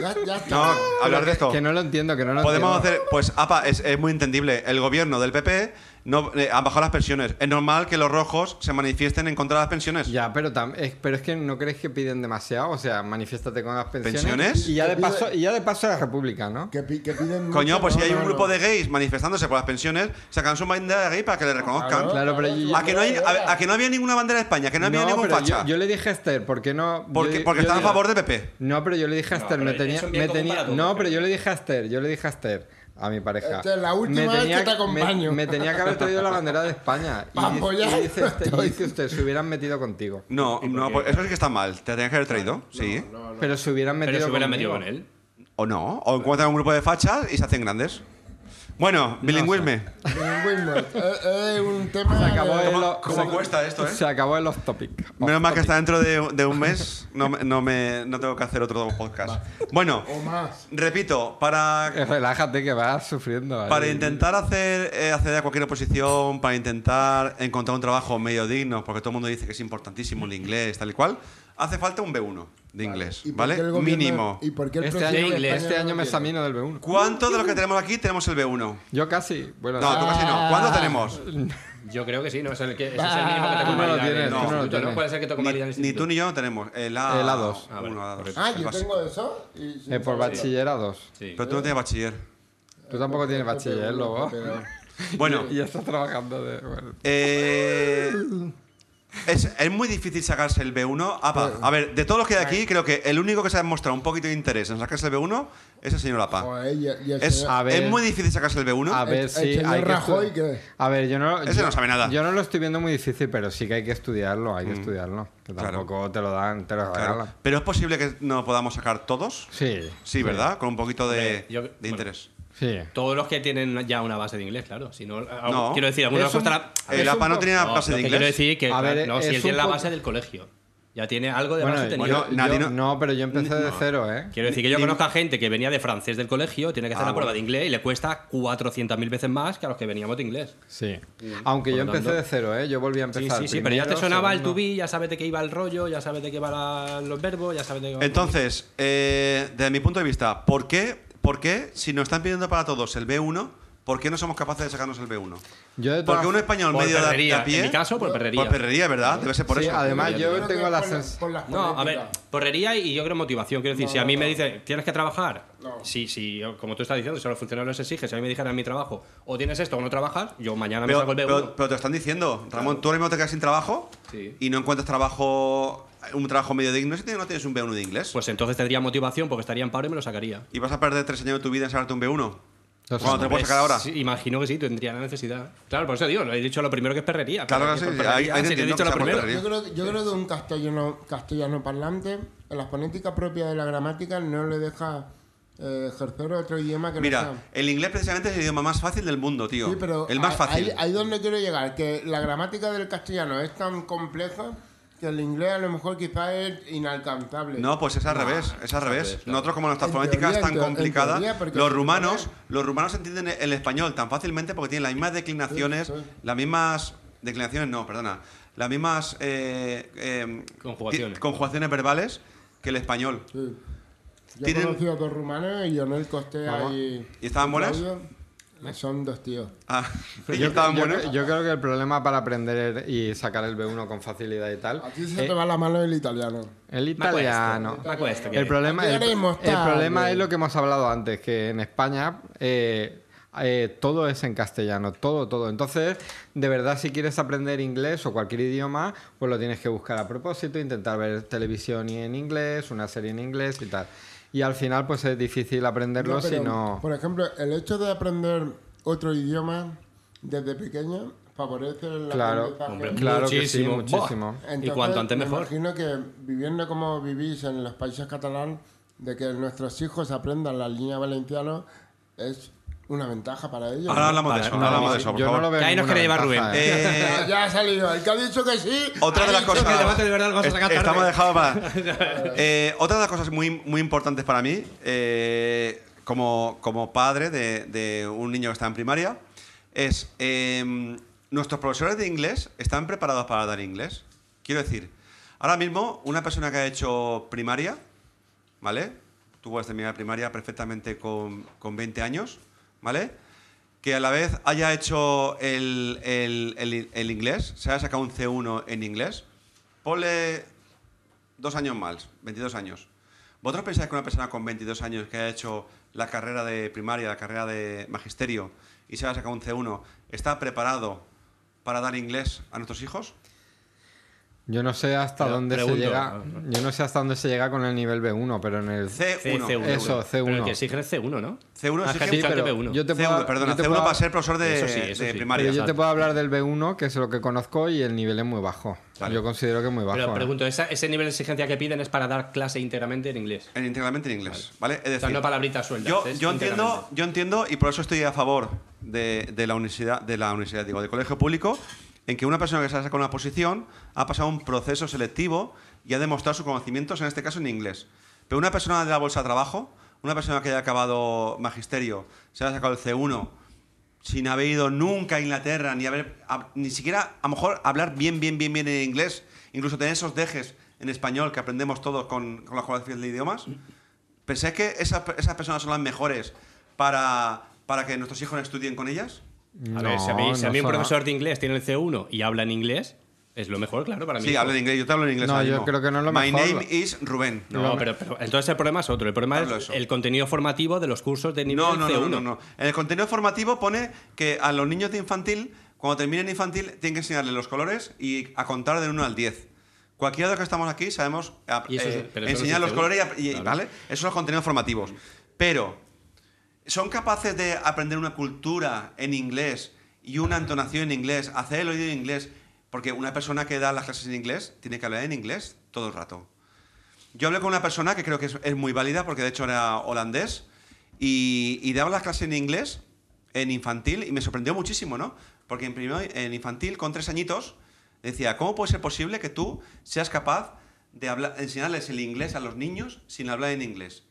Speaker 4: Ya, ya está.
Speaker 2: No, hablar de esto.
Speaker 1: Que no lo entiendo, que no lo
Speaker 2: Podemos
Speaker 1: entiendo.
Speaker 2: hacer, pues, APA es, es muy entendible. El gobierno del PP no, eh, ha bajado las pensiones. Es normal que los rojos se manifiesten en contra de las pensiones.
Speaker 1: Ya, pero, tam- es, pero es que no crees que piden demasiado, o sea, manifiéstate con las pensiones.
Speaker 2: ¿Pensiones?
Speaker 1: Y ya de paso, y ya de paso a la República, ¿no?
Speaker 4: Que, pi- que piden
Speaker 2: Coño,
Speaker 4: mucho,
Speaker 2: pues si
Speaker 4: no,
Speaker 2: hay
Speaker 4: no,
Speaker 2: un
Speaker 4: no.
Speaker 2: grupo de gays manifestándose por las pensiones, sacan su bandera de gay para que le reconozcan.
Speaker 1: Claro, pero yo-
Speaker 2: A que, no hay- a, a que no había ninguna bandera de España, que no había ningún
Speaker 1: pero
Speaker 2: facha.
Speaker 1: Yo, yo le dije a Esther, ¿por qué no? yo
Speaker 2: porque
Speaker 1: di-
Speaker 2: porque
Speaker 1: yo
Speaker 2: están a
Speaker 1: digo-
Speaker 2: favor de PP.
Speaker 1: No, pero yo le dije a
Speaker 3: No,
Speaker 1: Esther,
Speaker 3: pero
Speaker 1: me
Speaker 3: es
Speaker 1: tenía.
Speaker 3: un bien
Speaker 1: Me
Speaker 3: común
Speaker 1: tenía
Speaker 3: para
Speaker 1: no,
Speaker 3: todos.
Speaker 1: pero yo le dije a Esther, yo le dije a Esther, a mi pareja.
Speaker 4: Esta es la última vez que te acompaño.
Speaker 1: Me, me tenía que haber traído la bandera de España. Y,
Speaker 4: Pa'
Speaker 1: dice-
Speaker 4: apoyar,
Speaker 1: y dice,
Speaker 4: no
Speaker 1: Esther- y
Speaker 4: estoy.
Speaker 1: dice usted, se hubieran metido contigo.
Speaker 2: No, no, pues eso sí que está mal. Te tenías que haber traído, sí.
Speaker 1: Pero se hubieran metido
Speaker 3: pero se hubiera metido
Speaker 1: conmigo.
Speaker 3: con él.
Speaker 2: O no. O encuentran un grupo de fachas y se hacen grandes. Bueno, bilingüisme.
Speaker 4: Bilingüismo. Es es Eh, un tema.
Speaker 1: Se acabó
Speaker 4: de-
Speaker 1: el
Speaker 2: ¿Cómo,
Speaker 1: lo-
Speaker 2: cómo
Speaker 1: se-
Speaker 2: cuesta esto, eh?
Speaker 1: Se acabó el off-topic.
Speaker 2: Menos mal que hasta dentro de, de un mes no, me- no me, no tengo que hacer otro podcast. Bueno,
Speaker 4: O más.
Speaker 2: repito, para
Speaker 1: Eh, Relájate que vas sufriendo. ahí.
Speaker 2: Para intentar hacer, eh, acceder a cualquier oposición, para intentar encontrar un trabajo medio digno, porque todo el mundo dice que es importantísimo el inglés, tal y cual, hace falta un B1 de inglés,
Speaker 4: ¿Y por
Speaker 2: ¿vale?
Speaker 4: qué el gobierno-
Speaker 2: Mínimo.
Speaker 4: ¿Y por qué el
Speaker 1: Este
Speaker 4: presidente
Speaker 1: año,
Speaker 4: de España
Speaker 1: este
Speaker 4: no
Speaker 1: año
Speaker 4: lo
Speaker 1: me
Speaker 4: quiere?
Speaker 1: examino del B1.
Speaker 2: ¿Cuánto de lo que tenemos aquí tenemos el B1?
Speaker 1: Yo casi. Bueno,
Speaker 2: No, tú casi no. ¿Cuánto
Speaker 4: Ah.
Speaker 2: tenemos?
Speaker 3: Yo creo que sí, ¿no? Es el que, ese es el mínimo que te
Speaker 1: Ah, Tú no lo
Speaker 3: convalidan en
Speaker 1: tienes,
Speaker 3: el
Speaker 2: tú no lo
Speaker 3: instituto,
Speaker 1: tienes.
Speaker 3: ¿Cuál es el que te
Speaker 2: Ni,
Speaker 3: convalidan en el
Speaker 2: ni
Speaker 3: instituto?
Speaker 2: tú ni yo no tenemos. El A,
Speaker 1: El A2.
Speaker 2: uno,
Speaker 3: Ah, vale,
Speaker 2: A2,
Speaker 3: correcto.
Speaker 4: Ah,
Speaker 2: el
Speaker 4: yo
Speaker 2: básico.
Speaker 4: tengo eso. Y sin
Speaker 1: eh, por
Speaker 4: saber.
Speaker 1: bachillerados.
Speaker 3: Sí.
Speaker 2: Pero tú no tienes bachiller.
Speaker 1: Tú tampoco tienes bachiller,
Speaker 4: Pero-
Speaker 1: lobo.
Speaker 4: pero-
Speaker 2: Bueno,
Speaker 1: Y estás trabajando de. bueno.
Speaker 2: eh, es, es muy difícil sacarse el B1. Apa, a ver, de todos los que hay aquí, creo que el único que se ha demostrado un poquito de interés en sacarse el B1 es el señor Apa.
Speaker 4: Joder, y el- y el
Speaker 2: Ah. Es,
Speaker 4: señor-
Speaker 1: A ver.
Speaker 2: es muy difícil sacarse el B1.
Speaker 1: A ver
Speaker 4: el
Speaker 1: si.
Speaker 4: señor
Speaker 1: hay que
Speaker 4: Rajoy,
Speaker 1: estu-
Speaker 4: ¿qué?
Speaker 1: A ver, yo no.
Speaker 2: Ese
Speaker 1: yo-
Speaker 2: no sabe nada. Mm.
Speaker 1: Yo no lo estoy viendo muy difícil, pero sí que hay que estudiarlo, hay que estudiarlo. Que
Speaker 2: Claro.
Speaker 1: tampoco te lo dan, te lo
Speaker 2: Claro.
Speaker 1: regalan.
Speaker 2: Pero es posible que no podamos sacar todos.
Speaker 1: Sí.
Speaker 2: Sí, ¿verdad? Con un poquito de,
Speaker 3: Hombre, yo-
Speaker 2: de
Speaker 3: bueno.
Speaker 2: interés.
Speaker 1: Sí.
Speaker 3: Todos los que tienen ya una base de inglés, claro. Si no, a-
Speaker 2: No.
Speaker 3: quiero decir, algunos
Speaker 1: Es un-
Speaker 3: costará.
Speaker 1: ver,
Speaker 2: el
Speaker 1: es
Speaker 2: APA
Speaker 1: un
Speaker 2: no
Speaker 1: po-
Speaker 2: tiene
Speaker 3: No,
Speaker 2: una base
Speaker 3: lo
Speaker 2: de
Speaker 3: que
Speaker 2: inglés.
Speaker 3: quiero decir que
Speaker 1: A ver,
Speaker 3: no, si
Speaker 1: es
Speaker 3: él tiene
Speaker 1: un
Speaker 3: la
Speaker 1: poco-
Speaker 3: base del colegio. Ya tiene algo de
Speaker 1: Bueno,
Speaker 3: base tenía.
Speaker 2: bueno,
Speaker 1: yo-
Speaker 2: Nati,
Speaker 1: yo-
Speaker 2: no-
Speaker 1: no, pero yo empecé de cero, ¿eh?
Speaker 3: Quiero decir que yo
Speaker 2: Ni-
Speaker 3: conozco a gente que venía de francés del colegio, tiene que hacer
Speaker 2: Ah,
Speaker 3: la prueba
Speaker 2: bueno.
Speaker 3: de inglés y le cuesta 400.000 veces más que a los que veníamos de inglés.
Speaker 1: Sí.
Speaker 4: Mm.
Speaker 1: Aunque
Speaker 3: Por
Speaker 1: yo
Speaker 3: lo
Speaker 1: empecé de
Speaker 3: tanto-
Speaker 1: cero, ¿eh? Yo volví a
Speaker 3: Sí,
Speaker 1: empezar.
Speaker 3: sí, sí, pero ya te
Speaker 1: primero,
Speaker 3: sonaba el to
Speaker 1: segundo.
Speaker 3: be, ya sabes de qué iba el rollo, ya sabes de qué van los verbos, ya sabes de qué va-
Speaker 2: Entonces, eh, desde mi punto de vista, ¿por qué, ¿por qué si nos están pidiendo para todos el B1, por qué no somos capaces de sacarnos el B1?
Speaker 1: Yo de todas-
Speaker 2: Porque un español
Speaker 3: por
Speaker 2: medio de a- de
Speaker 3: perrería.
Speaker 2: a pie.
Speaker 3: En mi caso, por perrería.
Speaker 2: Por perrería, ¿verdad? Debe ser por
Speaker 1: Sí,
Speaker 2: eso.
Speaker 1: además
Speaker 4: Yo
Speaker 1: yo
Speaker 4: creo que
Speaker 1: tengo
Speaker 4: es
Speaker 1: la
Speaker 4: por la-
Speaker 1: sensación...
Speaker 4: por las
Speaker 3: No, a ver,
Speaker 4: políticas.
Speaker 3: porrería y yo creo motivación. Quiero decir, si a mí
Speaker 4: no,
Speaker 3: me
Speaker 4: no.
Speaker 3: dicen, tienes que trabajar,
Speaker 4: No.
Speaker 3: si, si, como tú estás diciendo, si a los funcionarios les exigen, si a mí me dijeran en mi trabajo, o tienes esto o no trabajas, yo mañana me
Speaker 2: Pero,
Speaker 3: saco el B1.
Speaker 2: pero- pero te están diciendo, Ramón, tú ahora mismo te quedas sin trabajo
Speaker 3: Sí.
Speaker 2: y no encuentras trabajo, un trabajo medio digno si no tienes un B1 de inglés.
Speaker 3: pues entonces tendría motivación porque estaría en paro y me lo sacaría.
Speaker 2: ¿Y vas a perder tres años de tu vida en sacarte un B1?
Speaker 1: Lo
Speaker 2: Cuando te lo
Speaker 1: sé.
Speaker 2: puedes sacar ahora.
Speaker 3: Sí, imagino que sí, tendría la necesidad. Claro, por eso digo, lo he dicho lo primero que es perrería.
Speaker 2: Claro que
Speaker 3: por
Speaker 2: sí,
Speaker 3: perrería,
Speaker 2: ahí- ahí
Speaker 3: si te he
Speaker 2: entiendo
Speaker 3: dicho
Speaker 2: que
Speaker 3: lo
Speaker 2: sea por
Speaker 3: primero.
Speaker 2: perrería.
Speaker 4: Yo creo, yo creo que un castellano, castellano parlante, en las políticas propias de la gramática, no le deja eh, ejercer otro idioma que no
Speaker 2: Mira,
Speaker 4: sea.
Speaker 2: el inglés precisamente es el idioma más fácil del mundo, tío.
Speaker 4: Sí, pero
Speaker 2: el más
Speaker 4: a-
Speaker 2: fácil.
Speaker 4: Ahí, ahí donde quiero llegar, que la gramática del castellano es tan compleja que el inglés a lo mejor quizás es inalcanzable.
Speaker 2: No, pues es al revés, es al revés. Nosotros como nuestra
Speaker 4: En
Speaker 2: fonética es
Speaker 4: teoría, en
Speaker 2: tan
Speaker 4: teo- en
Speaker 2: complicada,
Speaker 4: teoría, porque
Speaker 2: los
Speaker 4: se
Speaker 2: rumanos,
Speaker 4: supone-
Speaker 2: los rumanos entienden el español tan fácilmente porque tienen las mismas declinaciones,
Speaker 4: Sí, sí.
Speaker 2: las mismas declinaciones, no, perdona, las mismas eh, eh,
Speaker 3: Conjugaciones.
Speaker 2: ti- conjugaciones verbales que el español.
Speaker 4: Sí. Yo
Speaker 2: Tienen-
Speaker 4: he conocido a dos rumanos y Lionel Costea
Speaker 1: Vamos.
Speaker 4: y.
Speaker 2: ¿Y estaban buenas?
Speaker 4: Claro, Son dos tíos.
Speaker 2: Ah, ellos
Speaker 1: Yo,
Speaker 2: estaban
Speaker 1: yo-
Speaker 2: buenos.
Speaker 1: yo creo que el problema para aprender y sacar el B1 con facilidad y tal...
Speaker 4: A ti se
Speaker 1: eh,
Speaker 4: te va la mano el italiano.
Speaker 1: el
Speaker 3: Me acuesto,
Speaker 1: italiano.
Speaker 3: me acuesto, que-
Speaker 1: El problema, el,
Speaker 4: Llegaremos
Speaker 1: el
Speaker 4: tarde.
Speaker 1: problema es lo que hemos hablado antes, que en España eh, eh, todo es en castellano, todo, todo. Entonces, de verdad, si quieres aprender inglés o cualquier idioma, pues lo tienes que buscar a propósito, intentar ver televisión y en inglés, una serie en inglés y tal. Y al final, pues es difícil aprenderlo
Speaker 4: No, pero,
Speaker 1: si no...
Speaker 4: Por ejemplo, el hecho de aprender otro idioma desde pequeño favorece el
Speaker 1: Claro,
Speaker 4: aprendizaje.
Speaker 3: Hombre,
Speaker 1: claro que sí,
Speaker 3: Muchísimo.
Speaker 1: muchísimo.
Speaker 4: Entonces,
Speaker 3: Y cuanto antes
Speaker 4: me
Speaker 3: mejor.
Speaker 4: imagino que viviendo como vivís en los países catalán, de que nuestros hijos aprendan la línea valenciana es una ventaja para ellos.
Speaker 2: Ahora
Speaker 4: ¿no?
Speaker 2: hablamos de
Speaker 3: Para-
Speaker 2: eso,
Speaker 3: no,
Speaker 2: ahora hablamos de
Speaker 3: sí,
Speaker 2: eso, por
Speaker 1: Yo no
Speaker 2: favor.
Speaker 1: lo veo
Speaker 3: Que ahí nos
Speaker 1: ninguna
Speaker 3: quiere llevar
Speaker 1: ventaja,
Speaker 3: Rubén.
Speaker 1: ¿eh?
Speaker 2: Eh,
Speaker 4: Ya ha salido. El que ha dicho que sí.
Speaker 2: Otra de las
Speaker 3: que el
Speaker 2: cosas.
Speaker 3: debate de verdad lo vas a
Speaker 2: Est-
Speaker 3: sacar tarde.
Speaker 2: Estamos dejados para. Eh, otra de las cosas muy, muy importantes para mí, eh, como, como padre de, de un niño que está en primaria, es. eh, ¿Nuestros profesores de inglés están preparados para dar inglés? Quiero decir, ahora mismo, una persona que ha hecho primaria, ¿vale? Tú puedes terminar primaria perfectamente con, con 20 años, ¿vale? Que a la vez haya hecho el, el- el- el inglés, se haya sacado un C1 en inglés, ponle dos años más, 22 años. ¿Vosotros pensáis que una persona con 22 años que haya hecho la carrera de primaria, la carrera de magisterio y se haya sacado un C1, está preparado para dar inglés a nuestros hijos?
Speaker 1: Yo no sé hasta
Speaker 3: Pero
Speaker 1: dónde se
Speaker 3: pregunto. ah,
Speaker 1: llega. Yo no sé hasta dónde se llega con el nivel B1, pero en el
Speaker 2: C1.
Speaker 3: C1.
Speaker 1: Eso, C1.
Speaker 3: Pero el que exige es C1, ¿no?
Speaker 2: C1
Speaker 3: Ah,
Speaker 2: exige-
Speaker 3: es que
Speaker 2: Sí,
Speaker 3: antes
Speaker 1: pero
Speaker 3: B1.
Speaker 1: yo te
Speaker 2: C1,
Speaker 1: puedo-
Speaker 2: perdona,
Speaker 1: yo te
Speaker 2: C1
Speaker 1: puedo-
Speaker 2: para ser profesor de,
Speaker 3: Eso sí, eso
Speaker 2: de
Speaker 3: sí.
Speaker 2: primaria.
Speaker 1: Pero yo te
Speaker 3: Exacto.
Speaker 1: puedo hablar del B1, que es lo que conozco, y el nivel es muy bajo.
Speaker 2: Vale.
Speaker 1: Yo considero que es muy bajo. ¿eh?
Speaker 3: Pero
Speaker 1: ¿no?
Speaker 3: pregunto, ¿esa- ese nivel de exigencia que piden es para dar clase íntegramente en inglés.
Speaker 2: En, integralmente en inglés, ¿vale? Es
Speaker 3: O sea,
Speaker 2: decir,
Speaker 3: no palabritas sueltas.
Speaker 2: yo,
Speaker 3: es
Speaker 2: yo entiendo,
Speaker 3: íntegramente.
Speaker 2: yo entiendo y por eso estoy a favor de, de la universidad, de la universidad, digo, del colegio público, en que una persona que se ha sacado una posición ha pasado un proceso selectivo y ha demostrado sus conocimientos, en este caso en inglés. Pero una persona de la bolsa de trabajo, una persona que haya acabado magisterio, se haya sacado el C1, sin haber ido nunca a Inglaterra, ni haber a- ni siquiera a lo mejor hablar bien, bien, bien, bien en inglés, incluso tener esos dejes en español que aprendemos todos con, con las colecciones de idiomas. ¿Pensáis que esas, esas personas son las mejores para, para que nuestros hijos estudien con ellas?
Speaker 3: A ver, si a mí,
Speaker 1: No,
Speaker 3: si a
Speaker 1: no
Speaker 3: mí un
Speaker 1: son-
Speaker 3: profesor de inglés tiene el C1 y habla en inglés, es lo mejor, claro, para mí.
Speaker 2: Sí, hablo en inglés, yo te hablo en inglés.
Speaker 1: No,
Speaker 2: ahora
Speaker 1: yo
Speaker 2: mismo.
Speaker 1: creo que no es lo
Speaker 2: My
Speaker 1: mejor.
Speaker 2: name is Rubén.
Speaker 3: No, pero, pero entonces el problema es otro. El problema
Speaker 2: Hablo
Speaker 3: es
Speaker 2: eso.
Speaker 3: el contenido formativo de los cursos de nivel
Speaker 2: No, no,
Speaker 3: C1.
Speaker 2: no, no, no. En el contenido formativo pone que a los niños de infantil, cuando terminen infantil, tienen que enseñarles los colores y a contar del 1 al 10. Cualquiera de los que estamos aquí sabemos a-
Speaker 3: Y eso es-
Speaker 2: eh,
Speaker 3: pero eso no
Speaker 2: enseñar
Speaker 3: es
Speaker 2: los
Speaker 3: C1,
Speaker 2: colores, y, y-
Speaker 3: claro.
Speaker 2: ¿vale? Esos son los contenidos formativos. Pero, ¿son capaces de aprender una cultura en inglés y una entonación en inglés, hacer el oído en inglés? Porque una persona que da las clases en inglés tiene que hablar en inglés todo el rato. Yo hablé con una persona que creo que es, es muy válida, porque de hecho era holandés, y, y daba las clases en inglés, en infantil, y me sorprendió muchísimo, ¿no? Porque en, primero, en infantil, con tres añitos, decía, ¿cómo puede ser posible que tú seas capaz de habla- enseñarles el inglés a los niños sin hablar en inglés?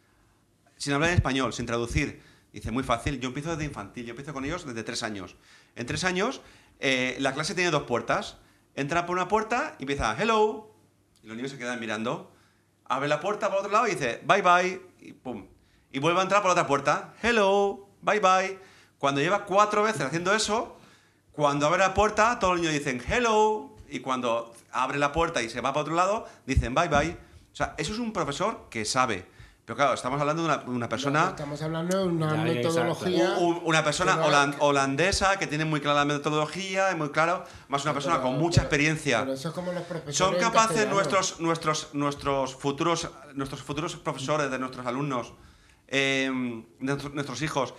Speaker 2: sin hablar en español, sin traducir. Dice, muy fácil, yo empiezo desde infantil, yo empiezo con ellos desde tres años. En tres años, eh, la clase tiene dos puertas. Entra por una puerta y empieza, hello. Y los niños se quedan mirando. Abre la puerta por otro lado y dice, bye bye. Y pum. Y vuelve a entrar por otra puerta, hello, bye bye. Cuando lleva cuatro veces haciendo eso, cuando abre la puerta, todos los niños dicen hello. Y cuando abre la puerta y se va para otro lado, dicen bye bye. O sea, eso es un profesor que sabe. Pero claro, estamos hablando de una, una persona.
Speaker 4: Estamos hablando de una
Speaker 3: Ya, ya, exacto.
Speaker 4: metodología.
Speaker 2: un- un- una persona
Speaker 4: Pero-
Speaker 2: holan- holandesa que tiene muy clara la metodología, es muy claro, más una persona
Speaker 4: pero-
Speaker 2: con mucha
Speaker 4: pero-
Speaker 2: experiencia.
Speaker 4: pero eso es como los profesores
Speaker 2: ¿Son
Speaker 4: en
Speaker 2: capaces
Speaker 4: castellano.
Speaker 2: nuestros, nuestros, nuestros, futuros, nuestros futuros profesores, de nuestros alumnos, eh, de nuestros- nuestros hijos,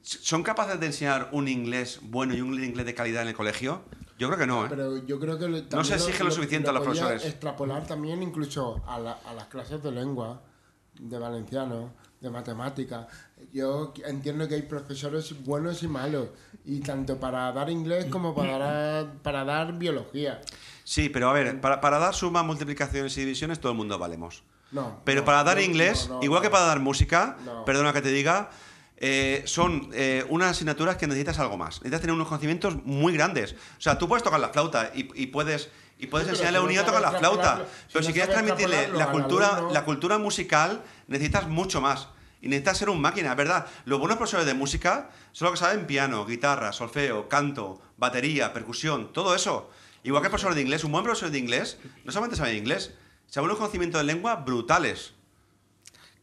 Speaker 2: son capaces de enseñar un inglés bueno y un inglés de calidad en el colegio? Yo creo que no, ¿eh?
Speaker 4: Pero yo creo que... lo-
Speaker 2: No se
Speaker 4: también
Speaker 2: exige lo suficiente a los
Speaker 4: podía
Speaker 2: profesores.
Speaker 4: extrapolar también incluso a, la- a las clases de lengua, de valenciano, de matemática. Yo entiendo que hay profesores buenos y malos, y tanto para dar inglés como para dar, para dar biología.
Speaker 2: Sí, pero a ver, para, para dar sumas, multiplicaciones y divisiones, todo el mundo valemos.
Speaker 4: No.
Speaker 2: Pero
Speaker 4: no,
Speaker 2: para dar
Speaker 4: no,
Speaker 2: inglés,
Speaker 4: no, no,
Speaker 2: igual que
Speaker 4: no.
Speaker 2: para dar música,
Speaker 4: No.
Speaker 2: perdona que te diga, eh, son eh, unas asignaturas que necesitas algo más. Necesitas tener unos conocimientos muy grandes. O sea, tú puedes tocar la flauta y, y puedes y puedes
Speaker 4: pero
Speaker 2: enseñarle
Speaker 4: si
Speaker 2: a un
Speaker 4: no
Speaker 2: niño a tocar la
Speaker 4: sabes
Speaker 2: flauta.
Speaker 4: extrapolarlo- si
Speaker 2: Pero
Speaker 4: no
Speaker 2: si quieres
Speaker 4: sabes
Speaker 2: transmitirle la
Speaker 4: extrapolarlo al
Speaker 2: cultura,
Speaker 4: alumno-
Speaker 2: la cultura musical, necesitas mucho más. Y necesitas ser un máquina, ¿verdad? Los buenos profesores de música son los que saben piano, guitarra, solfeo, canto, batería, percusión, todo eso. Igual que el profesor de inglés, un buen profesor de inglés no solamente sabe inglés, sabe unos conocimientos de lengua brutales.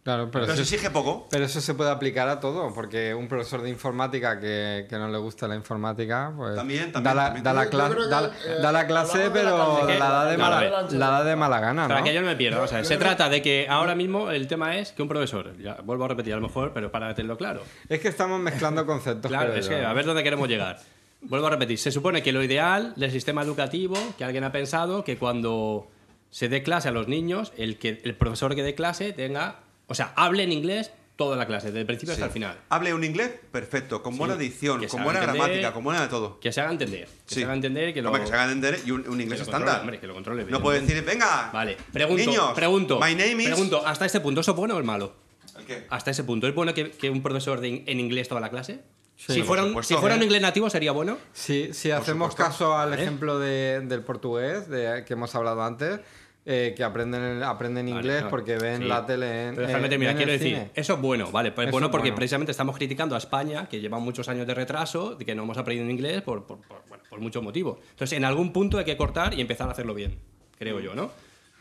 Speaker 1: Claro, pero,
Speaker 2: Pero se
Speaker 1: eso,
Speaker 2: exige poco.
Speaker 1: pero eso se puede aplicar a todo, porque un profesor de informática que, que no le gusta la informática, pues
Speaker 2: También,
Speaker 1: da
Speaker 2: también,
Speaker 1: la,
Speaker 2: también.
Speaker 1: da la
Speaker 4: Yo- yo
Speaker 1: cla-
Speaker 4: creo que,
Speaker 1: da la-
Speaker 4: eh,
Speaker 1: da la clase,
Speaker 4: hablamos de la
Speaker 1: pero
Speaker 4: calidad.
Speaker 1: la da de
Speaker 4: Claro,
Speaker 1: mala,
Speaker 4: a ver.
Speaker 1: la da de mala gana,
Speaker 3: Para
Speaker 1: Ah, ¿no?
Speaker 3: que yo no me pierda, o sea,
Speaker 4: Yo- yo
Speaker 3: se
Speaker 4: no-
Speaker 3: trata de que ahora mismo el tema es que un profesor, ya vuelvo a repetir a lo mejor, pero para tenerlo claro.
Speaker 1: Es que estamos mezclando conceptos.
Speaker 3: Claro,
Speaker 1: creo
Speaker 3: es
Speaker 1: yo.
Speaker 3: que a ver dónde queremos llegar. Vuelvo a repetir, se supone que lo ideal del sistema educativo, que alguien ha pensado, que cuando se dé clase a los niños, el, que, el profesor que dé clase tenga, o sea, hable en inglés toda la clase, desde el principio
Speaker 2: Sí.
Speaker 3: hasta el final.
Speaker 2: Hable un inglés perfecto, con buena dicción,
Speaker 3: que
Speaker 2: con
Speaker 3: sabe
Speaker 2: buena
Speaker 3: entender.
Speaker 2: gramática, con buena de todo.
Speaker 3: Que se haga entender, que
Speaker 2: Sí.
Speaker 3: se haga entender que lo...
Speaker 2: Hombre, que se haga entender y un, un inglés
Speaker 3: lo controle,
Speaker 2: estándar.
Speaker 3: hombre, que lo controle,
Speaker 2: no puede
Speaker 3: evidentemente.
Speaker 2: decir, venga,
Speaker 3: Vale, pregunto,
Speaker 2: niños,
Speaker 3: pregunto,
Speaker 2: my name is...
Speaker 3: pregunto, Ah, ¿hasta este punto eso es bueno o es malo?
Speaker 2: ¿El qué?
Speaker 3: Hasta ese punto, ¿es bueno que, que un profesor de in- en inglés toda la clase?
Speaker 1: Sí.
Speaker 3: si
Speaker 1: Por
Speaker 3: fuera, un,
Speaker 2: supuesto,
Speaker 3: si fuera un
Speaker 2: ¿eh?
Speaker 3: inglés nativo sería bueno.
Speaker 1: Si, si hacemos
Speaker 2: supuesto.
Speaker 1: caso al
Speaker 3: Vale.
Speaker 1: ejemplo de- del portugués de, que hemos hablado antes, eh, que aprenden, aprenden
Speaker 3: Vale,
Speaker 1: inglés
Speaker 3: no.
Speaker 1: porque ven
Speaker 3: Sí.
Speaker 1: la tele en.
Speaker 3: Pero déjame
Speaker 1: eh,
Speaker 3: terminar,
Speaker 1: ven
Speaker 3: quiero
Speaker 1: el
Speaker 3: decir,
Speaker 1: cine.
Speaker 3: eso es bueno, vale, pues
Speaker 1: Eso
Speaker 3: bueno
Speaker 1: es
Speaker 3: porque
Speaker 1: bueno.
Speaker 3: precisamente estamos criticando a España, que lleva muchos años de retraso, de que no hemos aprendido inglés por, por- por- bueno, por muchos motivos. Entonces, en algún punto hay que cortar y empezar a hacerlo bien, creo yo, ¿no?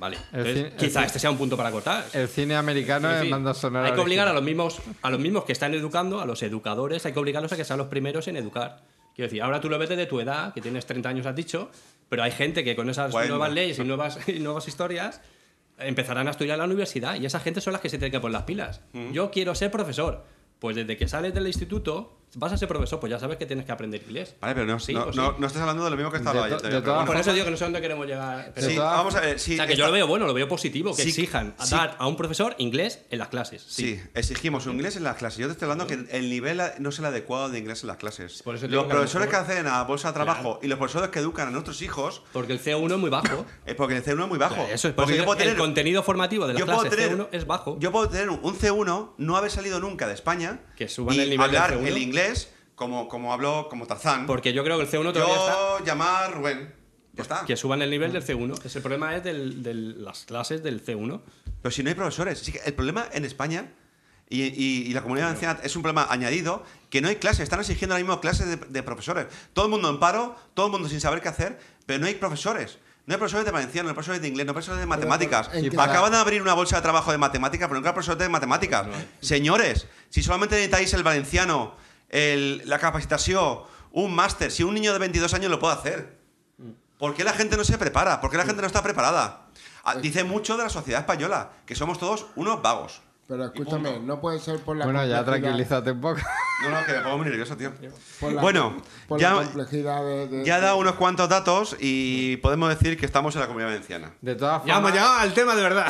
Speaker 3: Vale,
Speaker 1: Mm. El
Speaker 3: entonces,
Speaker 1: cine- el
Speaker 3: quizá este sea un punto para cortar.
Speaker 1: El cine americano
Speaker 3: Es
Speaker 1: es
Speaker 3: decir,
Speaker 1: banda sonora.
Speaker 3: hay que obligar a
Speaker 1: original.
Speaker 3: los mismos a los mismos que están educando, a los educadores, hay que obligarlos a que sean los primeros en educar. Quiero decir, ahora tú lo ves desde tu edad, que tienes 30 años, has dicho, Pero hay gente que con esas
Speaker 2: Bueno.
Speaker 3: nuevas leyes y nuevas, y nuevas historias empezarán a estudiar en la universidad y esa gente son las que se tienen que poner las pilas. Yo quiero ser profesor. Pues desde que sales del instituto vas a ser profesor, pues ya sabes que tienes que aprender inglés.
Speaker 2: Vale, pero no,
Speaker 3: Sí,
Speaker 2: no,
Speaker 3: pues sí.
Speaker 2: no, no estás hablando de lo mismo que
Speaker 1: De
Speaker 2: estaba
Speaker 1: to-
Speaker 2: ayer.
Speaker 1: de
Speaker 2: también, pero
Speaker 1: todas
Speaker 2: bueno.
Speaker 3: Por eso digo que no sé dónde queremos llegar. pero-
Speaker 2: Sí,
Speaker 1: todas-
Speaker 2: vamos a ver. Sí,
Speaker 3: o sea, que
Speaker 2: está-
Speaker 3: yo lo veo bueno, lo veo positivo, que
Speaker 2: Sí,
Speaker 3: exijan a
Speaker 2: sí.
Speaker 3: dar a un profesor inglés en las clases. Sí.
Speaker 2: Sí. exigimos un inglés en las clases. Yo te estoy hablando que el nivel no es el adecuado de inglés en las clases.
Speaker 3: Por eso
Speaker 2: los
Speaker 3: te digo que a lo
Speaker 2: profesores que
Speaker 3: mejor-
Speaker 2: hacen a bolsa de trabajo y los profesores que educan a nuestros hijos
Speaker 3: Porque el C1 es muy bajo.
Speaker 2: es porque el C1 es muy bajo.
Speaker 3: Eso es, por
Speaker 2: Ah, porque
Speaker 3: eso
Speaker 2: yo puedo
Speaker 3: que el
Speaker 2: tener,
Speaker 3: contenido formativo de la
Speaker 2: yo puedo
Speaker 3: clase
Speaker 2: tener-
Speaker 3: C1 es bajo.
Speaker 2: yo puedo tener un C1, no haber salido nunca de España
Speaker 3: Que suban
Speaker 2: y
Speaker 3: el nivel del
Speaker 2: hablar
Speaker 3: C1.
Speaker 2: el inglés como, como habló como Tarzán.
Speaker 3: porque yo creo que el C1 todavía está.
Speaker 2: yo llamar Rubén. Ya está.
Speaker 3: Que suban el nivel del C1. Ese problema es de las clases del C1.
Speaker 2: Pero si no hay profesores. Sí que el problema en España y, y- y la comunidad valenciana es un problema añadido, que no hay clases. Están exigiendo ahora mismo clases de, de profesores. Todo el mundo en paro, todo el mundo sin saber qué hacer, pero no hay profesores. No hay profesores de valenciano, no hay profesores de inglés, no hay profesores de matemáticas.
Speaker 4: ¿en qué
Speaker 2: Acaban de abrir una bolsa de trabajo de matemáticas, pero nunca hay profesores de matemáticas. Señores, si solamente necesitáis el valenciano, el- la capacitación, un máster, si un niño de 22 años lo puede hacer. ¿Por qué la gente no se prepara? ¿Por qué la gente no está preparada? Ah,
Speaker 4: Pues
Speaker 2: Dice mucho de la sociedad española, que somos todos unos vagos.
Speaker 4: Pero escúchame, no puede ser por la
Speaker 1: Bueno, ya
Speaker 4: complejidad-
Speaker 1: tranquilízate un poco.
Speaker 2: No, no, que me pongo muy nervioso, tío.
Speaker 4: por la-
Speaker 2: Bueno,
Speaker 4: por la
Speaker 2: ya,
Speaker 4: complejidad de, de-
Speaker 2: ya he dado unos cuantos datos y podemos decir que estamos en la comunidad valenciana.
Speaker 1: De todas formas...
Speaker 3: Ya hemos llegado al tema de verdad.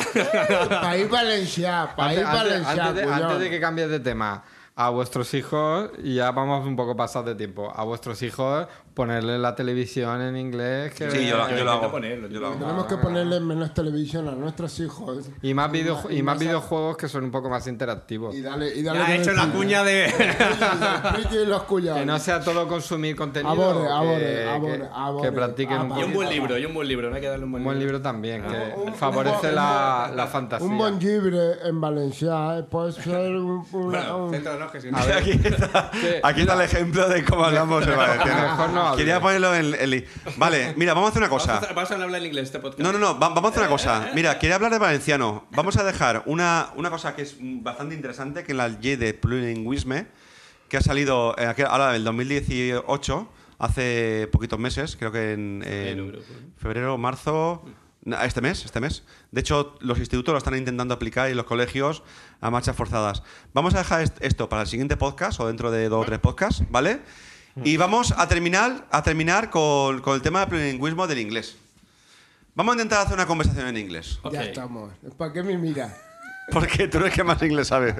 Speaker 4: País Valencia, país
Speaker 1: Antes, antes-
Speaker 4: Valencia,
Speaker 1: antes de,
Speaker 4: Bullón.
Speaker 1: antes de que cambies de tema, a vuestros hijos, y ya vamos un poco pasados de tiempo, a vuestros hijos ponerle la televisión en inglés que
Speaker 2: Sí, yo, lo- yo
Speaker 3: Yo
Speaker 2: lo
Speaker 3: intento
Speaker 2: hago.
Speaker 3: ponerlo,
Speaker 2: yo lo hago.
Speaker 4: Tenemos que ponerle menos televisión a nuestros hijos.
Speaker 1: y más, video, y más
Speaker 4: a-
Speaker 1: videojuegos que son un poco más interactivos.
Speaker 4: Y dale, y dale
Speaker 3: Ya
Speaker 4: con
Speaker 3: ha
Speaker 4: el
Speaker 3: hecho la
Speaker 4: cine.
Speaker 3: cuña de.
Speaker 4: Los frikis y los cuyados.
Speaker 1: Que no sea todo consumir contenido.
Speaker 4: Aborde,
Speaker 1: que,
Speaker 4: aborde,
Speaker 1: que-
Speaker 4: aborde, aborde.
Speaker 1: que practiquen un,
Speaker 4: Ah,
Speaker 3: y
Speaker 1: poco-
Speaker 3: un buen libro, y un buen libro. No hay que darle un buen,
Speaker 1: un buen libro también, que
Speaker 4: Un- un-
Speaker 1: favorece
Speaker 4: un-
Speaker 1: la, la fantasía.
Speaker 4: Un bon libre en Valencia eh, puede ser un. un-
Speaker 3: Bueno,
Speaker 4: un-
Speaker 3: céntranos que si no-
Speaker 2: Aquí está,
Speaker 1: ¿Qué?
Speaker 2: aquí está el ejemplo de cómo hablamos en Valenciana.
Speaker 1: Mejor no hable.
Speaker 2: Quería ponerlo en el... Vale, mira, vamos a hacer una
Speaker 3: Vamos a,
Speaker 2: cosa.
Speaker 3: hacer- vamos a hablar en inglés este podcast.
Speaker 2: No, no, no, va- vamos a hacer una cosa. Mira, quería hablar de valenciano. Vamos a dejar una, una cosa que es bastante interesante, que es la ley de plurilingüismo, que ha salido eh, aquel- ahora del 2018, hace poquitos meses, creo que en, en
Speaker 3: Febrero, creo.
Speaker 2: febrero, marzo, na- este mes, este mes. De hecho, los institutos lo están intentando aplicar y los colegios a marchas forzadas. Vamos a dejar est- esto para el siguiente podcast o dentro de dos o tres podcasts, ¿vale? Y vamos a terminar, a terminar con, con el tema del plurilingüismo del inglés. Vamos a intentar hacer una conversación en inglés.
Speaker 3: Ok.
Speaker 4: Ya estamos. ¿Para qué me mira?
Speaker 2: Porque tú eres que más inglés sabes.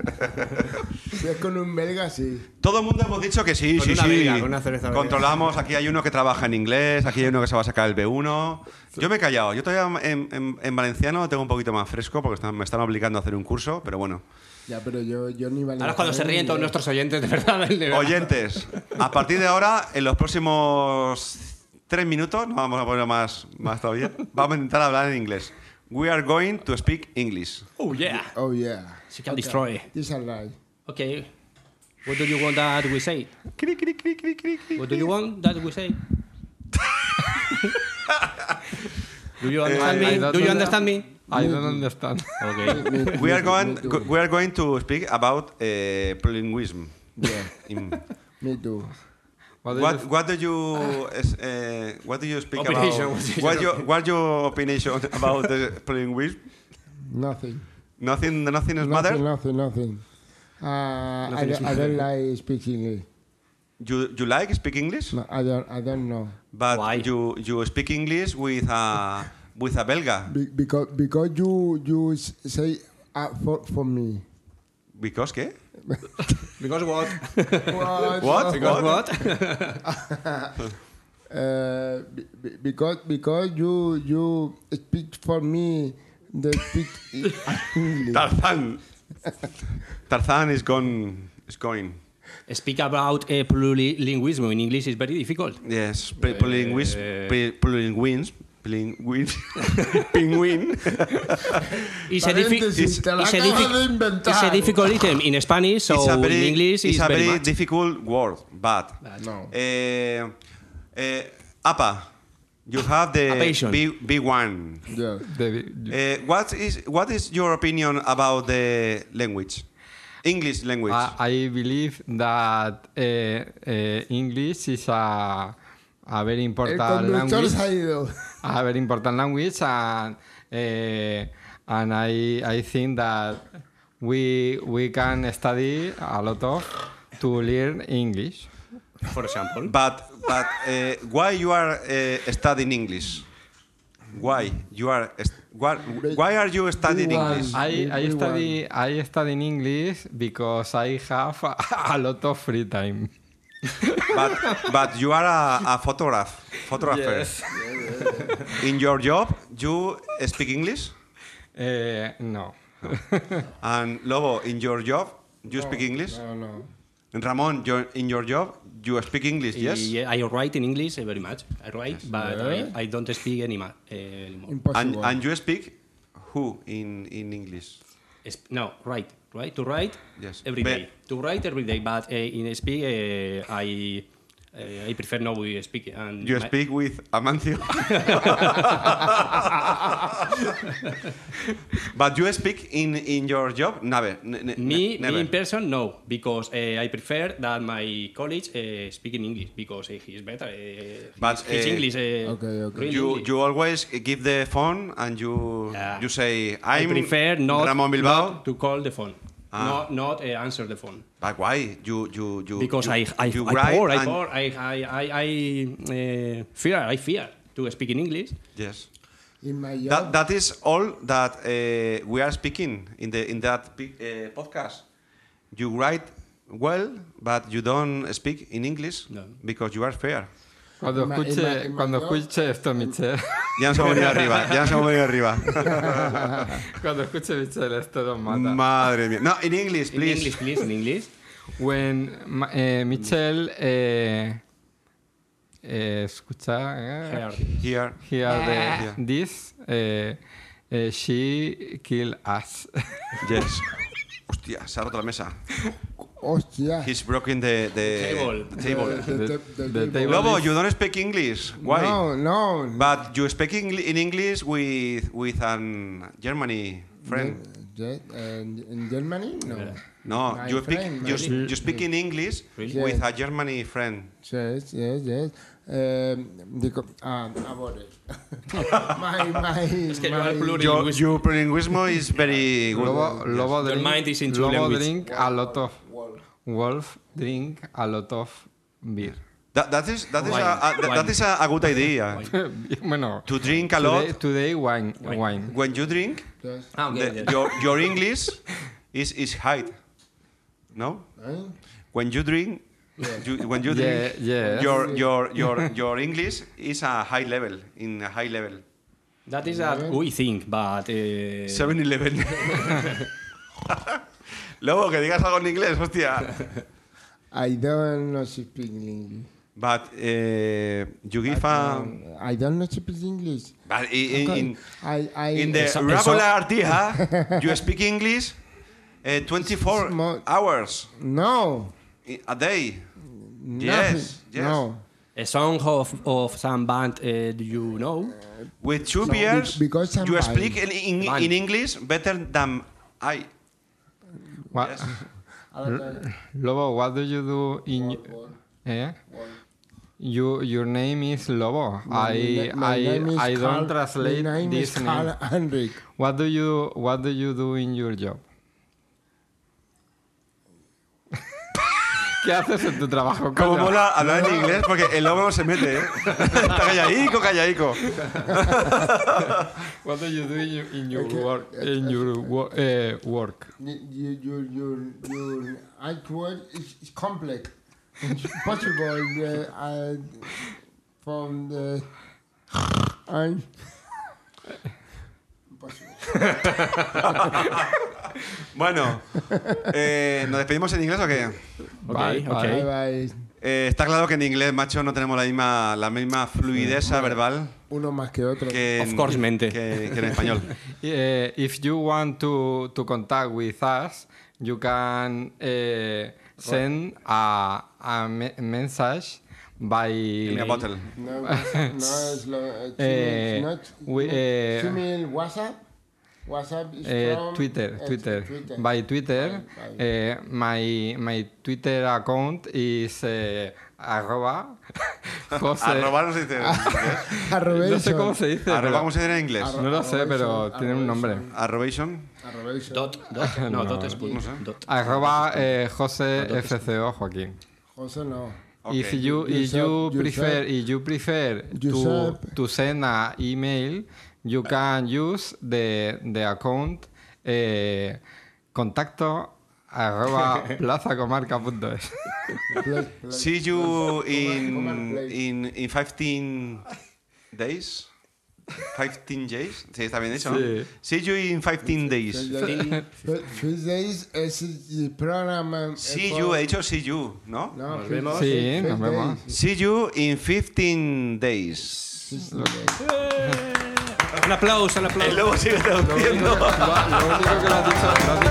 Speaker 4: Si es con un belga, sí.
Speaker 2: Todo el mundo hemos dicho que sí,
Speaker 3: Con
Speaker 2: sí,
Speaker 3: una
Speaker 2: sí.
Speaker 3: vela, con una cerveza vela.
Speaker 2: Controlamos, aquí hay uno que trabaja en inglés, aquí hay uno que se va a sacar el B1. Yo me he callado, yo todavía en, en- en valenciano tengo un poquito más fresco porque están- me están obligando a hacer un curso, pero bueno.
Speaker 4: Ya, pero yo, yo ni valenciano.
Speaker 3: Ahora es cuando se ríen todos
Speaker 4: ni-
Speaker 3: nuestros oyentes, de verdad. del nivel.
Speaker 2: Oyentes, a partir de ahora, en los próximos tres minutos, no vamos a poner más, más todavía, vamos a intentar hablar en inglés. We are going to speak English.
Speaker 3: Oh, yeah.
Speaker 4: Oh, yeah.
Speaker 3: She can destroy.
Speaker 4: This is right.
Speaker 3: Ok. What do you want that we say?
Speaker 2: Cri, cri, cri, cri, cri, cri.
Speaker 3: What do you want that we say? do
Speaker 2: Eh,
Speaker 3: you understand
Speaker 1: I
Speaker 3: me?
Speaker 1: don't
Speaker 3: Do you
Speaker 1: know.
Speaker 3: understand me?
Speaker 1: Ahí es donde están.
Speaker 3: Ok.
Speaker 2: We are going, we are going to speak about uh, plurilinguism.
Speaker 4: Yeah,
Speaker 2: In-
Speaker 4: me too.
Speaker 1: What do you-
Speaker 2: What, what do you is, uh, what do you speak
Speaker 3: Opination,
Speaker 2: about?
Speaker 3: what is
Speaker 2: What
Speaker 3: your
Speaker 2: your what your opinion about the playing with?
Speaker 4: Nothing.
Speaker 2: Nothing, nothing is
Speaker 4: Nothing,
Speaker 2: matter.
Speaker 4: nothing, nothing. Uh, I, don't, I don't like speaking English.
Speaker 2: You you like speak English,
Speaker 4: No, I don't. I don't know.
Speaker 2: but
Speaker 3: Why?
Speaker 2: you you speak English with a with a Belga
Speaker 4: Be- because because you you s- say uh, for for me.
Speaker 2: because qué?
Speaker 3: Because what?
Speaker 4: What?
Speaker 2: What?
Speaker 3: Because what?
Speaker 4: Uh, be- be- because because you you speak for me. They speak i- English.
Speaker 2: Tarzan. Tarzan is gone. Is going.
Speaker 3: Speak about uh, plurilinguism in English is very difficult.
Speaker 2: Yes. pl- Plurilinguism.
Speaker 3: Eh.
Speaker 2: pl- Plurilinguism. Plurilinguism. Penguin.
Speaker 3: It's a, diffi-
Speaker 4: Paréntesis,
Speaker 2: it's-
Speaker 4: te la
Speaker 3: it's a
Speaker 4: acabas
Speaker 3: diffi-
Speaker 4: de inventar.
Speaker 3: it's a difficult item in Spanish, so
Speaker 2: it's a very,
Speaker 3: in English
Speaker 2: it's
Speaker 3: is
Speaker 2: a
Speaker 3: very,
Speaker 2: very
Speaker 3: much.
Speaker 2: difficult word, but
Speaker 4: No.
Speaker 2: eh, eh, apa, you have the
Speaker 3: Apation.
Speaker 2: B B one.
Speaker 4: Yeah.
Speaker 1: de-
Speaker 2: Eh, what is what is your opinion about the language, English language?
Speaker 3: Ah.
Speaker 1: I, I believe that eh, eh, English is a, haber
Speaker 4: El
Speaker 1: importado
Speaker 4: conductor
Speaker 1: language,
Speaker 4: se ha ido.
Speaker 1: haber importado language, and, eh, and I, I think that we, we can study a lot of to learn English.
Speaker 3: For example.
Speaker 2: But but eh, why you are eh, studying English? Why you are est- why, why are you studying
Speaker 4: Why?
Speaker 2: English?
Speaker 1: I, I
Speaker 4: Everyone.
Speaker 1: study I study in English because I have a lot of free time.
Speaker 2: But but you are a, a photograph photographer. In your job, you speak English,
Speaker 1: Eh, no.
Speaker 2: and Lobo, in your job, you speak
Speaker 3: Oh,
Speaker 2: English.
Speaker 4: No, no.
Speaker 2: Ramon, your, in your job, you speak English, yes?
Speaker 3: Y, eh, I write in English eh, very much. I write, but
Speaker 4: Yeah.
Speaker 3: I, I don't speak any ma- eh, anymore.
Speaker 2: And,
Speaker 4: Impossible.
Speaker 2: and you speak who in, in English?
Speaker 3: Sp- no, write, right? To write
Speaker 2: Yes.
Speaker 3: every
Speaker 2: But-
Speaker 3: day. To write every day, but eh, in speak, eh, I eh, I prefer not we speak. And
Speaker 2: You
Speaker 3: my-
Speaker 2: speak with Amancio. but you speak in, in your job? Never. Ne- ne-
Speaker 3: Me,
Speaker 2: never.
Speaker 3: me in person, no, because eh, I prefer that my colleague eh, speak in English because eh, he is better. eh,
Speaker 2: But,
Speaker 3: his, his
Speaker 2: eh,
Speaker 3: English. eh,
Speaker 4: Okay, okay.
Speaker 3: really
Speaker 2: you,
Speaker 3: English.
Speaker 2: you always give the phone and you
Speaker 3: Yeah.
Speaker 2: you say,
Speaker 3: I
Speaker 2: I'm
Speaker 3: prefer not,
Speaker 2: Ramon Bilbao.
Speaker 3: not to call the phone,
Speaker 2: Ah.
Speaker 3: not not eh, answer the phone.
Speaker 2: but why? You, you, you,
Speaker 3: because
Speaker 2: you,
Speaker 3: I, I,
Speaker 2: you
Speaker 3: I
Speaker 2: write
Speaker 3: pour, I
Speaker 2: and-
Speaker 3: pour, I, I, I, I uh, fear, I fear to speak in English.
Speaker 2: Yes.
Speaker 4: In my job,
Speaker 2: That, that is all that uh, we are speaking in the in that pi- uh, podcast. You write well, but you don't speak in English
Speaker 3: No.
Speaker 2: because you are fair.
Speaker 1: Cuando
Speaker 4: Ima-
Speaker 1: escuche,
Speaker 4: ima- ima-
Speaker 1: cuando
Speaker 4: yo-
Speaker 1: escuche esto, Michelle,
Speaker 2: Ya nos hemos venido arriba, ya nos hemos venido arriba.
Speaker 1: cuando escuche Michelle esto nos mata.
Speaker 2: Madre mía. No, in English,
Speaker 3: In
Speaker 2: please.
Speaker 3: English, please, in English.
Speaker 1: When ma- eh, Michelle eh, eh, escucha eh,
Speaker 3: Heard.
Speaker 2: Here.
Speaker 1: hear the-
Speaker 2: Yeah.
Speaker 1: this, eh, eh, she kill us.
Speaker 2: Yes. Hostia, se ha roto la mesa.
Speaker 4: hostia.
Speaker 2: He's broken the, the
Speaker 3: Table.
Speaker 2: table.
Speaker 4: The- the-
Speaker 1: The-
Speaker 4: the
Speaker 1: the
Speaker 4: table.
Speaker 1: table.
Speaker 2: Lobo, you don't speak English. Why?
Speaker 4: No, no.
Speaker 2: But you speak Engli- in English with with an Germany friend.
Speaker 4: Ge- and in Germany, no.
Speaker 2: No,
Speaker 4: My
Speaker 2: you speak
Speaker 4: friend,
Speaker 2: you,
Speaker 4: my-
Speaker 2: s- you speak in English
Speaker 4: Really?
Speaker 2: with
Speaker 4: Yeah.
Speaker 2: a Germany friend.
Speaker 4: Yes, yes, yes. Um, the, co- um, about it. my, my,
Speaker 3: Es que yo
Speaker 4: my-
Speaker 3: al plural-
Speaker 2: Your,
Speaker 3: Bilingüismo.
Speaker 2: your bilinguismo is very good.
Speaker 1: Lobo, lobo
Speaker 3: Your
Speaker 1: drink,
Speaker 3: mind is in two
Speaker 1: lobo
Speaker 3: languages.
Speaker 1: drink a lot of wolf drink a lot of beer.
Speaker 2: That, that is that is a,
Speaker 3: Wine.
Speaker 2: a- that- that
Speaker 3: Wine.
Speaker 2: is a, a good idea.
Speaker 3: Wine.
Speaker 1: bueno,
Speaker 2: To drink a lot
Speaker 1: today, today wine, wine.
Speaker 2: when you drink,
Speaker 4: Yes.
Speaker 3: Ah, okay,
Speaker 2: the-
Speaker 3: yeah.
Speaker 2: your your English is is high. No,
Speaker 4: Eh?
Speaker 2: when you drink, you, when you drink,
Speaker 1: Yeah, yes.
Speaker 2: your your your your English is a high level in a high level.
Speaker 3: That is that we think, but eh,
Speaker 2: 7-Eleven. Lobo, que digas algo en inglés, hostia.
Speaker 4: I don't know speak English.
Speaker 2: But eh, you give a.
Speaker 4: I don't know speak English.
Speaker 2: But in, in,
Speaker 4: I, I,
Speaker 2: in the
Speaker 3: Eso- eso-
Speaker 2: regular dia, you speak English eh, 24
Speaker 4: Small-
Speaker 2: hours
Speaker 4: no,
Speaker 2: i- a day.
Speaker 4: nothing.
Speaker 2: Yes, yes.
Speaker 4: No.
Speaker 3: a song of, of some band eh, do you know?
Speaker 2: With two
Speaker 4: No,
Speaker 2: beers,
Speaker 4: be- because I'm
Speaker 2: you
Speaker 4: buying.
Speaker 2: speak in, in,
Speaker 3: Buying.
Speaker 2: in English better than I.
Speaker 4: Uh,
Speaker 1: Wha-
Speaker 2: Yes.
Speaker 1: Lobo, what do you do in? eh? You, your name is Lobo.
Speaker 4: My
Speaker 1: I,
Speaker 4: na- my
Speaker 1: I,
Speaker 4: name is
Speaker 1: I
Speaker 4: Carl-
Speaker 1: don't translate
Speaker 4: my name
Speaker 1: this
Speaker 4: is
Speaker 1: name.
Speaker 4: Carl Henrik.
Speaker 1: What do you What do you do in your job? ¿Qué haces en tu trabajo?
Speaker 2: Como
Speaker 1: coño?
Speaker 2: mola hablar en inglés porque el lobo no se mete, ¿eh? Está callaico, callaico.
Speaker 1: What do you do in your, in your work? In your wo- eh, work.
Speaker 4: You- you- you- you- you- I quote, it's, it's complex. It's possible uh, I, from the. I, impossible.
Speaker 2: Bueno, eh, ¿nos despedimos en inglés o qué?
Speaker 1: Bye, bye.
Speaker 3: Okay,
Speaker 4: Bye
Speaker 3: okay.
Speaker 4: bye.
Speaker 2: Eh, está claro que en inglés, macho, no tenemos la misma, la misma fluideza verbal
Speaker 4: Uno más que otro.
Speaker 2: que en,
Speaker 3: Of course, mente.
Speaker 2: que- que en español.
Speaker 1: Eh, if you want to, to contact with us, you can eh, send a, a me- message by
Speaker 2: Give me a bottle.
Speaker 4: No, no es lo. Uh,
Speaker 1: Eh,
Speaker 4: not,
Speaker 1: we- eh,
Speaker 4: female WhatsApp. WhatsApp is
Speaker 1: eh,
Speaker 4: from,
Speaker 1: Twitter,
Speaker 4: eh,
Speaker 1: Twitter.
Speaker 4: Twitter.
Speaker 1: By Twitter,
Speaker 4: By- by-
Speaker 1: eh, my, my Twitter account is eh, arroba José.
Speaker 2: Arroba no se dice en inglés.
Speaker 1: no sé
Speaker 4: Arrobation.
Speaker 1: cómo se dice.
Speaker 2: Arroba,
Speaker 1: pero-
Speaker 2: ¿cómo se dice en inglés?
Speaker 4: Arro-
Speaker 1: no lo sé, pero
Speaker 4: Arrobation,
Speaker 1: tiene un nombre.
Speaker 4: arrobation.
Speaker 2: Arrobation.
Speaker 4: Arrobation.
Speaker 3: Dot, dot, no,
Speaker 1: No,
Speaker 3: dot es punto,
Speaker 2: no sé.
Speaker 3: dot.
Speaker 1: Arroba eh, José FCO Joaquín.
Speaker 4: José no.
Speaker 2: Ok.
Speaker 1: If you, if you
Speaker 4: Giuseppe-
Speaker 1: prefer, if you prefer to,
Speaker 4: Giuseppe.
Speaker 1: to send an email, you can use the, the account eh, contacto arroba plazacomarca.es.
Speaker 4: Play- play.
Speaker 2: See you in,
Speaker 4: Command place.
Speaker 2: in, in 15 days. 15 days. Sí, está bien dicho, ¿no?
Speaker 1: Sí.
Speaker 2: See you in 15 days.
Speaker 4: Fe- Few days es el programa.
Speaker 2: See you, he dicho see you, ¿no?
Speaker 4: No,
Speaker 3: Nos
Speaker 4: fe-
Speaker 3: vemos.
Speaker 4: fe-
Speaker 1: Sí, nos
Speaker 4: fe-
Speaker 1: vemos.
Speaker 2: See you in 15 days.
Speaker 4: days. Sí,
Speaker 3: Un aplauso, un aplauso.
Speaker 2: El lobo sigue traduciendo.
Speaker 1: Lo único que lo has dicho- lo has dicho